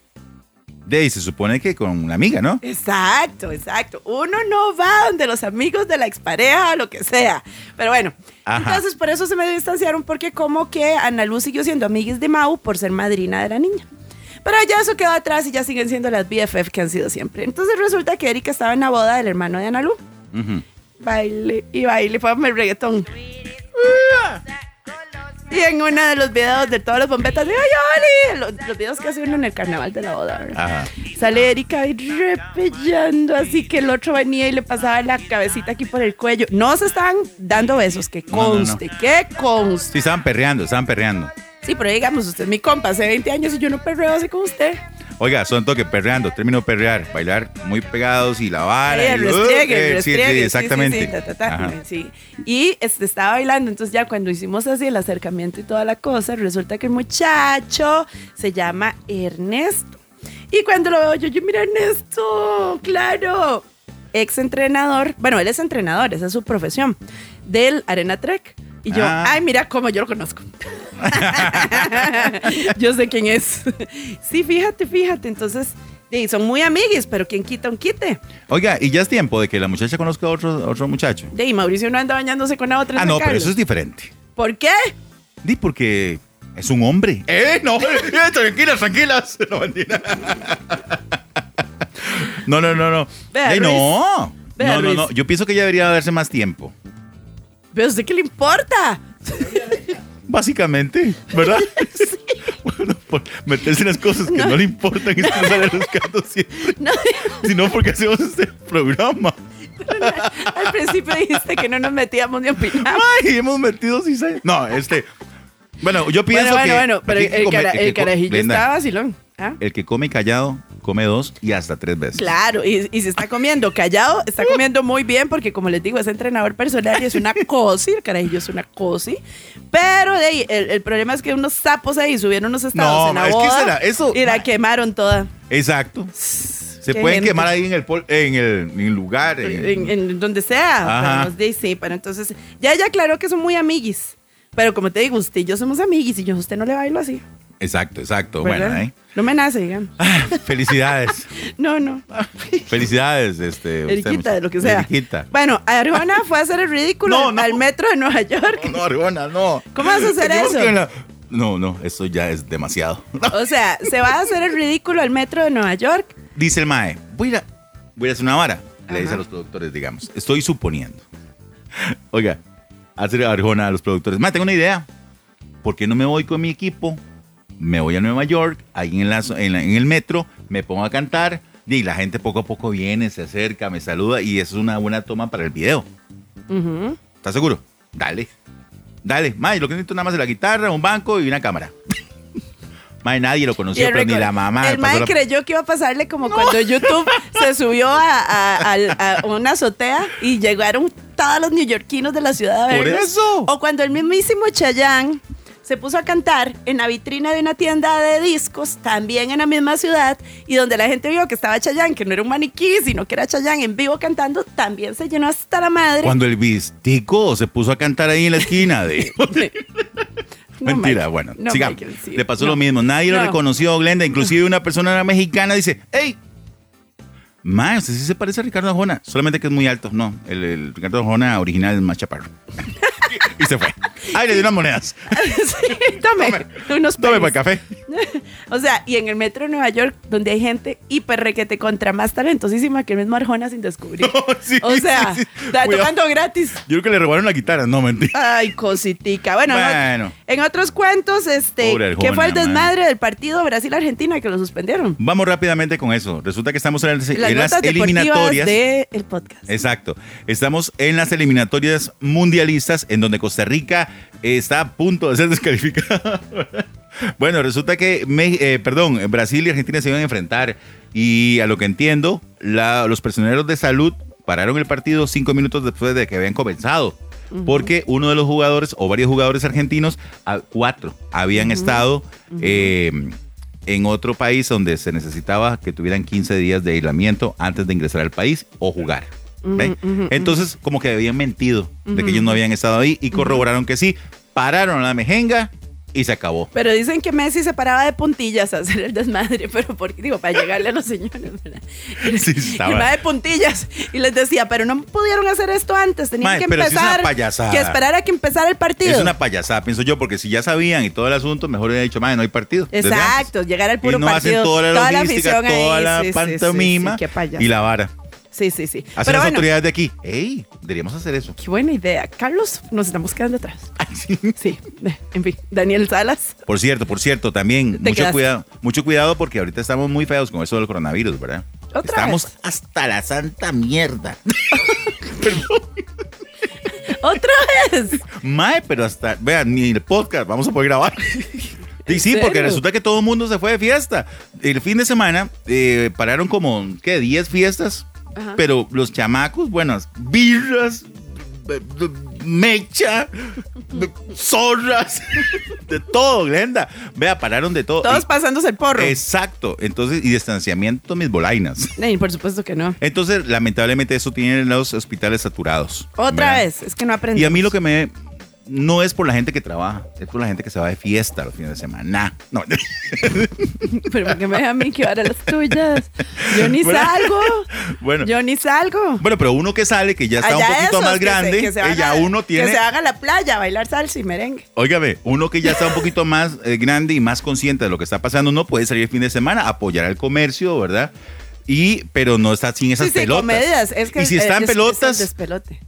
[SPEAKER 2] De ahí se supone que con una amiga, ¿no?
[SPEAKER 3] Exacto, exacto. Uno no va donde los amigos de la expareja, lo que sea. Pero bueno,
[SPEAKER 2] Ajá.
[SPEAKER 3] entonces por eso se me distanciaron, porque como que Ana Luz siguió siendo amiguis de Mau por ser madrina de la niña. Pero ya eso quedó atrás y ya siguen siendo las BFF que han sido siempre. Entonces resulta que Erika estaba en la boda del hermano de Ana Luz.
[SPEAKER 2] Ujú.
[SPEAKER 3] Baile y baile, fue el reggaetón. Y en uno de los videos de todos los bombetas, digo, ¡ay, Oli! Los, los videos que hace uno en el carnaval de la boda, ¿verdad?
[SPEAKER 2] Ajá.
[SPEAKER 3] Sale Erika ahí repellando, así que el otro venía y le pasaba la cabecita aquí por el cuello. No se estaban dando besos, que
[SPEAKER 2] No, no, no.
[SPEAKER 3] conste, que conste.
[SPEAKER 2] Sí, estaban perreando, estaban perreando.
[SPEAKER 3] Sí, pero digamos, usted es mi compa, hace 20 años y yo no perreo así con usted.
[SPEAKER 2] Oiga, son toque perreando, término perrear, bailar muy pegados y la vara.
[SPEAKER 3] Ahí,
[SPEAKER 2] y,
[SPEAKER 3] el
[SPEAKER 2] uh,
[SPEAKER 3] restriegue, el
[SPEAKER 2] eh, sí, sí,
[SPEAKER 3] restriegue, sí, sí, sí,
[SPEAKER 2] exactamente.
[SPEAKER 3] ta, ta, ta,
[SPEAKER 2] Ajá.
[SPEAKER 3] sí. Y este, estaba bailando, entonces ya cuando hicimos así el acercamiento y toda la cosa, resulta que el muchacho se llama Ernesto. Y cuando lo veo yo, yo, mira Ernesto, claro, ex entrenador, bueno, él es entrenador, esa es su profesión, del Arena Trek. Y yo,
[SPEAKER 2] Ah.
[SPEAKER 3] ay, mira cómo yo lo conozco. Yo sé quién es. Sí, fíjate, fíjate. Entonces, sí, son muy amiguis, pero quien quita un quite.
[SPEAKER 2] Oiga, y ya es tiempo de que la muchacha conozca a otro, otro muchacho.
[SPEAKER 3] De y Mauricio no anda bañándose con la otra.
[SPEAKER 2] Ah,
[SPEAKER 3] San
[SPEAKER 2] no, pero
[SPEAKER 3] Carlos.
[SPEAKER 2] eso es diferente.
[SPEAKER 3] ¿Por qué?
[SPEAKER 2] Di porque es un hombre. ¡Eh! No, eh, tranquilas, tranquilas. No, mentira. No, no, no, no.
[SPEAKER 3] Vea,
[SPEAKER 2] Ey, no.
[SPEAKER 3] Vea,
[SPEAKER 2] no, no,
[SPEAKER 3] Luis.
[SPEAKER 2] no. Yo pienso que ya debería darse más tiempo.
[SPEAKER 3] ¿Pero a usted qué le importa?
[SPEAKER 2] Básicamente, ¿verdad? Bueno, por meterse en las cosas que no, le importan y estar sale buscando siempre.
[SPEAKER 3] No,
[SPEAKER 2] Sino porque hacemos este programa.
[SPEAKER 3] al principio dijiste que no nos metíamos ni opinamos.
[SPEAKER 2] Ay, hemos metido cizaña. No, este. Bueno, yo
[SPEAKER 3] Bueno,
[SPEAKER 2] pienso
[SPEAKER 3] bueno,
[SPEAKER 2] que.
[SPEAKER 3] bueno, pero
[SPEAKER 2] aquí
[SPEAKER 3] el,
[SPEAKER 2] come-
[SPEAKER 3] cara-
[SPEAKER 2] que
[SPEAKER 3] el
[SPEAKER 2] co-
[SPEAKER 3] carajillo
[SPEAKER 2] Brenda,
[SPEAKER 3] está vacilón. ¿ah?
[SPEAKER 2] El que come callado, come dos y hasta tres veces.
[SPEAKER 3] Claro, y, y se está comiendo callado, está comiendo muy bien porque como les digo, es entrenador personal y es una cosi, el carajillo es una cosi, pero de ahí, el, el problema es que unos sapos ahí subieron unos estados
[SPEAKER 2] No,
[SPEAKER 3] en la
[SPEAKER 2] es que
[SPEAKER 3] boda
[SPEAKER 2] será- eso-
[SPEAKER 3] y la quemaron toda.
[SPEAKER 2] Exacto. Se
[SPEAKER 3] Qué
[SPEAKER 2] pueden
[SPEAKER 3] gente.
[SPEAKER 2] quemar ahí en el, pol- en el, en el lugar. en-
[SPEAKER 3] en, en donde sea.
[SPEAKER 2] Este, Ajá.
[SPEAKER 3] Pero nos dice, sí, pero entonces, ya ella aclaró que son muy amiguis. Pero como te digo, usted y yo somos amiguis y yo a usted no le bailo así.
[SPEAKER 2] Exacto, exacto.
[SPEAKER 3] ¿verdad?
[SPEAKER 2] Bueno, ¿eh?
[SPEAKER 3] No me nace, digamos.
[SPEAKER 2] Ah, Felicidades.
[SPEAKER 3] No, no.
[SPEAKER 2] Ah, Felicidades, este. usted,
[SPEAKER 3] Eriquita,
[SPEAKER 2] muchacho.
[SPEAKER 3] de lo que sea.
[SPEAKER 2] Eriquita.
[SPEAKER 3] Bueno, Arjona fue a hacer el ridículo
[SPEAKER 2] No, no.
[SPEAKER 3] al metro de Nueva York.
[SPEAKER 2] No, no, Arjona, no.
[SPEAKER 3] ¿Cómo vas a hacer
[SPEAKER 2] Tenemos
[SPEAKER 3] eso?
[SPEAKER 2] que la- No, no, eso ya es demasiado.
[SPEAKER 3] O sea, se va a hacer el ridículo al metro de Nueva York.
[SPEAKER 2] Dice el mae, voy a ir a, voy a ir a hacer una vara. Le dice
[SPEAKER 3] Ajá.
[SPEAKER 2] a los productores, digamos. Estoy suponiendo. Oiga, hace Arjona a los productores. Mae, tengo una idea. ¿Por qué no me voy con mi equipo? Me voy a Nueva York, ahí en, la zo- en la- en el metro, me pongo a cantar y la gente poco a poco viene, se acerca, me saluda y eso es una buena toma para el video.
[SPEAKER 3] Ujú.
[SPEAKER 2] ¿Estás seguro? Dale. Dale. Mae, lo que necesito nada más es la guitarra, un banco y una cámara. Mae, nadie lo
[SPEAKER 3] Y
[SPEAKER 2] conoció,
[SPEAKER 3] el
[SPEAKER 2] pero ni
[SPEAKER 3] récord-
[SPEAKER 2] la mamá.
[SPEAKER 3] el
[SPEAKER 2] pasó
[SPEAKER 3] mae
[SPEAKER 2] la-
[SPEAKER 3] creyó que iba a pasarle como cuando YouTube se subió a, a- al- a una azotea y llegaron todos los neoyorquinos de la ciudad a
[SPEAKER 2] Por
[SPEAKER 3] verlos.
[SPEAKER 2] eso.
[SPEAKER 3] O cuando el mismísimo Chayanne se puso a cantar en la vitrina de una tienda de discos, también en la misma ciudad, y donde la gente vio que estaba Chayanne, que no era un maniquí, sino que era Chayanne en vivo cantando, también se llenó hasta la madre.
[SPEAKER 2] Cuando el bistico se puso a cantar ahí en la esquina de...
[SPEAKER 3] No,
[SPEAKER 2] Mentira,
[SPEAKER 3] Michael,
[SPEAKER 2] bueno,
[SPEAKER 3] no,
[SPEAKER 2] sigamos.
[SPEAKER 3] Michael, sí,
[SPEAKER 2] Le pasó
[SPEAKER 3] no.
[SPEAKER 2] lo mismo, nadie lo
[SPEAKER 3] No.
[SPEAKER 2] reconoció, Glenda, inclusive una persona mexicana dice, hey, ma, usted sí se parece a Ricardo Arjona, solamente que es muy alto, no, el, el Ricardo Arjona original es más chaparro. y se fue. Ay, le dio unas monedas.
[SPEAKER 3] sí, tome, unos
[SPEAKER 2] Tome
[SPEAKER 3] pelis.
[SPEAKER 2] para el café.
[SPEAKER 3] O sea, y en el metro de Nueva York, donde hay gente hiperrequete contra más talentosísima que el mismo Arjona sin descubrir.
[SPEAKER 2] Oh, Sí,
[SPEAKER 3] o sea,
[SPEAKER 2] sí, sí.
[SPEAKER 3] está
[SPEAKER 2] Cuidado.
[SPEAKER 3] tocando gratis.
[SPEAKER 2] Yo creo que le robaron la guitarra, no mentira.
[SPEAKER 3] Ay, cositica. Bueno, en ot-
[SPEAKER 2] Bueno.
[SPEAKER 3] en otros cuentos, este,
[SPEAKER 2] Pobre Arjona,
[SPEAKER 3] que fue el
[SPEAKER 2] man.
[SPEAKER 3] desmadre del partido Brasil-Argentina que lo suspendieron.
[SPEAKER 2] Vamos rápidamente con eso. Resulta que estamos en las,
[SPEAKER 3] Las
[SPEAKER 2] en las
[SPEAKER 3] notas deportivas
[SPEAKER 2] eliminatorias.
[SPEAKER 3] del podcast.
[SPEAKER 2] Exacto. Estamos en las eliminatorias mundialistas en donde Costa Rica eh, está a punto de ser descalificada. bueno, resulta que Me- eh, perdón, Brasil y Argentina se iban a enfrentar y a lo que entiendo, la- los prisioneros de salud pararon el partido cinco minutos después de que habían comenzado. Porque uno de los jugadores o varios jugadores argentinos, a- cuatro, habían estado eh, en otro país donde se necesitaba que tuvieran 15 días de aislamiento antes de ingresar al país o jugar. ¿ve? Entonces, como que habían mentido de que ellos no habían estado ahí y corroboraron que sí, pararon la mejenga y se acabó.
[SPEAKER 3] Pero dicen que Messi se paraba de puntillas a hacer el desmadre, pero porque digo, para llegarle a los señores, ¿verdad?
[SPEAKER 2] Sí,
[SPEAKER 3] y
[SPEAKER 2] estaba-
[SPEAKER 3] va de puntillas y les decía, pero no pudieron hacer esto antes, tenían
[SPEAKER 2] Mae,
[SPEAKER 3] que
[SPEAKER 2] pero sí es una
[SPEAKER 3] empezar
[SPEAKER 2] payasada.
[SPEAKER 3] que esperar a que empezara el partido.
[SPEAKER 2] Es una payasada, pienso yo, porque si ya sabían y todo el asunto, mejor hubiera dicho, madre, no hay partido. desde antes".
[SPEAKER 3] Exacto, llegar al puro
[SPEAKER 2] y no
[SPEAKER 3] partido.
[SPEAKER 2] hacen toda la
[SPEAKER 3] toda la
[SPEAKER 2] logística,
[SPEAKER 3] afición ahí,
[SPEAKER 2] toda la
[SPEAKER 3] sí, sí, sí,
[SPEAKER 2] pantomima
[SPEAKER 3] sí, qué payaso.
[SPEAKER 2] y la vara.
[SPEAKER 3] Sí, sí, sí.
[SPEAKER 2] Hacen
[SPEAKER 3] Pero
[SPEAKER 2] las
[SPEAKER 3] bueno,
[SPEAKER 2] autoridades de aquí. ¡Ey! Deberíamos hacer eso.
[SPEAKER 3] qué buena idea. Carlos, nos estamos quedando atrás. Sí, en fin, Daniel Salas.
[SPEAKER 2] Por cierto, por cierto, también
[SPEAKER 3] Te
[SPEAKER 2] mucho
[SPEAKER 3] quedaste.
[SPEAKER 2] cuidado, mucho cuidado porque ahorita estamos muy feos con eso del coronavirus, ¿verdad?
[SPEAKER 3] Otra
[SPEAKER 2] estamos
[SPEAKER 3] vez.
[SPEAKER 2] hasta la santa mierda.
[SPEAKER 3] ¡Otra vez!
[SPEAKER 2] Mae, pero hasta, vean, ni el podcast vamos a poder grabar. Y sí,
[SPEAKER 3] ¿En
[SPEAKER 2] porque
[SPEAKER 3] serio?
[SPEAKER 2] resulta que todo el mundo se fue de fiesta. El fin de semana eh, pararon como, ¿qué? 10 fiestas.
[SPEAKER 3] Ajá.
[SPEAKER 2] Pero los chamacos, buenas, birras, be- be- mecha, be- zorras, de todo, Glenda. Vea, pararon de todo.
[SPEAKER 3] Todos
[SPEAKER 2] Y-
[SPEAKER 3] pasándose el porro.
[SPEAKER 2] Exacto. Entonces, y distanciamiento, mis bolainas.
[SPEAKER 3] Ey, por supuesto que no.
[SPEAKER 2] Entonces, lamentablemente, eso tiene los hospitales saturados.
[SPEAKER 3] Otra
[SPEAKER 2] ¿verdad?
[SPEAKER 3] vez, es que no aprendí.
[SPEAKER 2] Y a mí lo que me. No es por la gente que trabaja, es por la gente que se va de fiesta los fines de semana. No.
[SPEAKER 3] Pero porque me dejan a mí que ahora las tuyas. Yo ni
[SPEAKER 2] Bueno.
[SPEAKER 3] salgo.
[SPEAKER 2] Bueno.
[SPEAKER 3] Yo ni salgo.
[SPEAKER 2] Bueno, pero uno que sale, que ya está
[SPEAKER 3] Allá
[SPEAKER 2] un poquito
[SPEAKER 3] esos
[SPEAKER 2] más
[SPEAKER 3] que se-
[SPEAKER 2] grande,
[SPEAKER 3] que se
[SPEAKER 2] eh,
[SPEAKER 3] van
[SPEAKER 2] ya
[SPEAKER 3] a-
[SPEAKER 2] uno tiene.
[SPEAKER 3] Que se haga a la playa a bailar salsa y merengue.
[SPEAKER 2] Óigame, uno que ya está un poquito más eh, grande y más consciente de lo que está pasando, no puede salir el fin de semana, apoyar al comercio, ¿verdad? Y, pero no está sin esas
[SPEAKER 3] sí, sí,
[SPEAKER 2] pelotas.
[SPEAKER 3] comedias. Es que
[SPEAKER 2] y si
[SPEAKER 3] eh,
[SPEAKER 2] están
[SPEAKER 3] es- es el
[SPEAKER 2] pelotas,
[SPEAKER 3] despelote.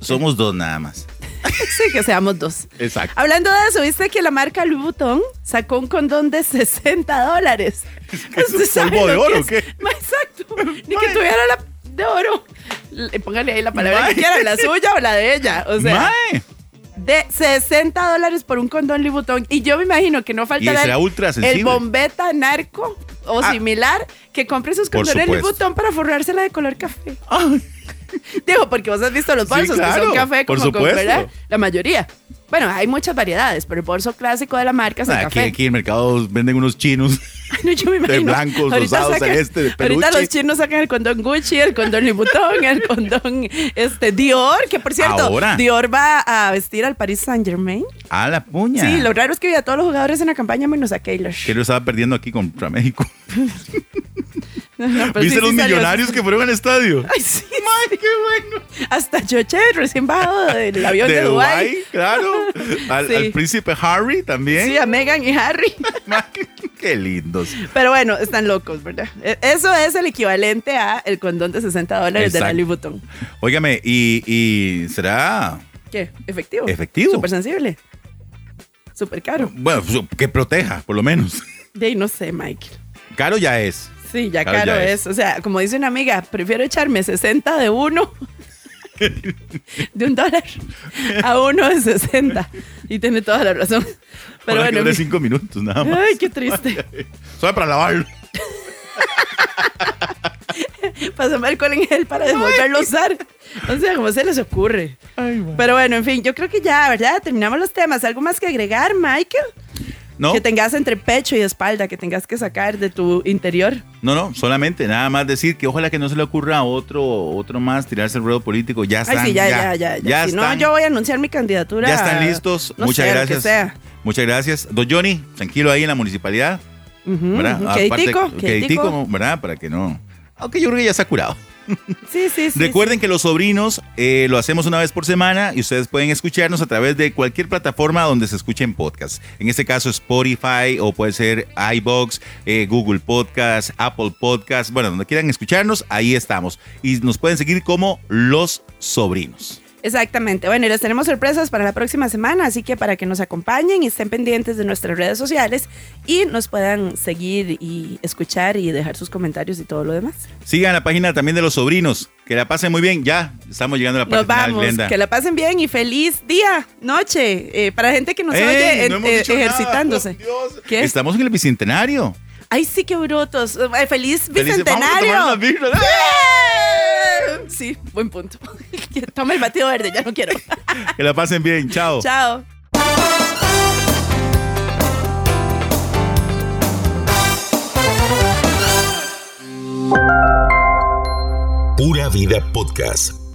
[SPEAKER 2] somos dos nada más.
[SPEAKER 3] Sí, que seamos dos.
[SPEAKER 2] Exacto.
[SPEAKER 3] Hablando de eso, ¿viste que la marca Louis Vuitton sacó un condón de 60 dólares?
[SPEAKER 2] es un
[SPEAKER 3] ¿Usted sabe
[SPEAKER 2] polvo de
[SPEAKER 3] lo que
[SPEAKER 2] oro
[SPEAKER 3] es?
[SPEAKER 2] o qué?
[SPEAKER 3] Ma, Exacto. Ni que
[SPEAKER 2] Mae.
[SPEAKER 3] tuviera la de oro. Le- Póngale ahí la palabra
[SPEAKER 2] Mae.
[SPEAKER 3] que quiera, la suya o la de ella. O sea,
[SPEAKER 2] Mae,
[SPEAKER 3] de 60 dólares por un condón Louis Vuitton. Y yo me imagino que no faltará
[SPEAKER 2] será
[SPEAKER 3] el-
[SPEAKER 2] ultra sensible.
[SPEAKER 3] el bombeta narco o
[SPEAKER 2] Ah.
[SPEAKER 3] similar que compre sus
[SPEAKER 2] Por
[SPEAKER 3] condones Louis
[SPEAKER 2] supuesto.
[SPEAKER 3] Vuitton para forrársela de color café.
[SPEAKER 2] Ay,
[SPEAKER 3] Digo, porque vos has visto los
[SPEAKER 2] Sí,
[SPEAKER 3] bolsos que
[SPEAKER 2] claro,
[SPEAKER 3] son café
[SPEAKER 2] por
[SPEAKER 3] como con-
[SPEAKER 2] supuesto.
[SPEAKER 3] ¿verdad? La mayoría. Bueno, hay muchas variedades, pero el bolso clásico de la marca es el
[SPEAKER 2] aquí,
[SPEAKER 3] café.
[SPEAKER 2] aquí en el mercado venden unos chinos.
[SPEAKER 3] Ay, no, yo me imagino.
[SPEAKER 2] blancos, rosados, celeste, de
[SPEAKER 3] Ahorita
[SPEAKER 2] peluche.
[SPEAKER 3] los chinos sacan el condón Gucci, el condón Louis Vuitton, el condón este, Dior, que por cierto,
[SPEAKER 2] Ahora.
[SPEAKER 3] Dior va a vestir al Paris Saint Germain.
[SPEAKER 2] A la puña.
[SPEAKER 3] Sí, lo raro es que vi a todos los jugadores en la campaña menos a Keylor.
[SPEAKER 2] que lo estaba perdiendo aquí contra México.
[SPEAKER 3] No, no, pero
[SPEAKER 2] ¿Viste
[SPEAKER 3] sí,
[SPEAKER 2] los
[SPEAKER 3] sí salió-
[SPEAKER 2] millonarios que fueron al estadio?
[SPEAKER 3] Ay, sí. qué bueno. Hasta Choche, recién bajado del avión de,
[SPEAKER 2] de
[SPEAKER 3] Dubái.
[SPEAKER 2] Dubái, claro. Al,
[SPEAKER 3] Sí.
[SPEAKER 2] al príncipe Harry también.
[SPEAKER 3] Sí, a Meghan y Harry.
[SPEAKER 2] Qué lindos.
[SPEAKER 3] Pero bueno, están locos, ¿verdad? E- Eso es el equivalente a el condón de 60 dólares de la
[SPEAKER 2] Exacto.
[SPEAKER 3] Louis Vuitton.
[SPEAKER 2] Óigame, y, y será.
[SPEAKER 3] ¿Qué? Efectivo.
[SPEAKER 2] Efectivo.
[SPEAKER 3] Súper sensible. Súper caro.
[SPEAKER 2] Bueno, su- que proteja, por lo menos.
[SPEAKER 3] De ahí no sé, Michael.
[SPEAKER 2] Caro ya es.
[SPEAKER 3] Sí, ya
[SPEAKER 2] Caro
[SPEAKER 3] caro,
[SPEAKER 2] ya
[SPEAKER 3] es. O sea, como dice una amiga, prefiero echarme 60 de uno, de un dólar, a uno de 60. Y tiene toda la razón. Pero
[SPEAKER 2] Pero
[SPEAKER 3] bueno.
[SPEAKER 2] de
[SPEAKER 3] en fin.
[SPEAKER 2] cinco minutos, nada más.
[SPEAKER 3] Ay, qué triste.
[SPEAKER 2] Solo para lavarlo.
[SPEAKER 3] Pásame alcohol en gel para devolverlo a usar. O sea, ¿cómo se les ocurre? Pero bueno, en fin, yo creo que ya, ¿verdad? Terminamos los temas. ¿Algo más que agregar, Michael?
[SPEAKER 2] No,
[SPEAKER 3] Que tengas entre pecho y espalda, que tengas que sacar de tu interior.
[SPEAKER 2] no, no, solamente nada más decir que ojalá que no se le ocurra a otro, otro más tirarse el ruedo político. Ya están.
[SPEAKER 3] Ay, sí, ya, ya, ya. ya. si
[SPEAKER 2] están.
[SPEAKER 3] no, yo voy a anunciar mi candidatura.
[SPEAKER 2] Ya están listos.
[SPEAKER 3] No
[SPEAKER 2] Muchas
[SPEAKER 3] sé, lo que
[SPEAKER 2] gracias.
[SPEAKER 3] sea.
[SPEAKER 2] Muchas gracias. Don Johnny, tranquilo ahí en la municipalidad.
[SPEAKER 3] Ujú,
[SPEAKER 2] ¿verdad?
[SPEAKER 3] ujú,
[SPEAKER 2] Aparte,
[SPEAKER 3] queditico, queditico.
[SPEAKER 2] queditico, ¿verdad? Para que no. Aunque yo creo que ya está curado.
[SPEAKER 3] Sí, sí, sí.
[SPEAKER 2] Recuerden que los sobrinos eh, lo hacemos una vez por semana y ustedes pueden escucharnos a través de cualquier plataforma donde se escuchen podcasts. En este caso Spotify o puede ser iBox, eh, Google Podcast, Apple Podcast. Bueno, donde quieran escucharnos, ahí estamos. Y nos pueden seguir como los sobrinos.
[SPEAKER 3] Exactamente. Bueno, y les tenemos sorpresas para la próxima semana, así que para que nos acompañen y estén pendientes de nuestras redes sociales y nos puedan seguir y escuchar y dejar sus comentarios y todo lo demás.
[SPEAKER 2] Sigan la página también de los sobrinos. Que la pasen muy bien. Ya estamos llegando a la parte
[SPEAKER 3] Nos
[SPEAKER 2] final,
[SPEAKER 3] vamos,
[SPEAKER 2] Glenda.
[SPEAKER 3] que la pasen bien y feliz día, noche, eh, para gente que nos
[SPEAKER 2] ¡Ey!
[SPEAKER 3] oye en-
[SPEAKER 2] No hemos
[SPEAKER 3] eh,
[SPEAKER 2] dicho nada.
[SPEAKER 3] ejercitándose.
[SPEAKER 2] ¡Oh, Dios!
[SPEAKER 3] ¿Qué?
[SPEAKER 2] Estamos en el bicentenario.
[SPEAKER 3] Ay, sí, qué brutos. Ay, feliz
[SPEAKER 2] Felices- vamos a tomar
[SPEAKER 3] bicentenario.
[SPEAKER 2] unas birras.
[SPEAKER 3] ¡Eh! Sí, buen punto. Toma el batido verde, ya no quiero.
[SPEAKER 2] Que la pasen bien. Chao.
[SPEAKER 3] Chao.
[SPEAKER 1] Pura Vida Podcast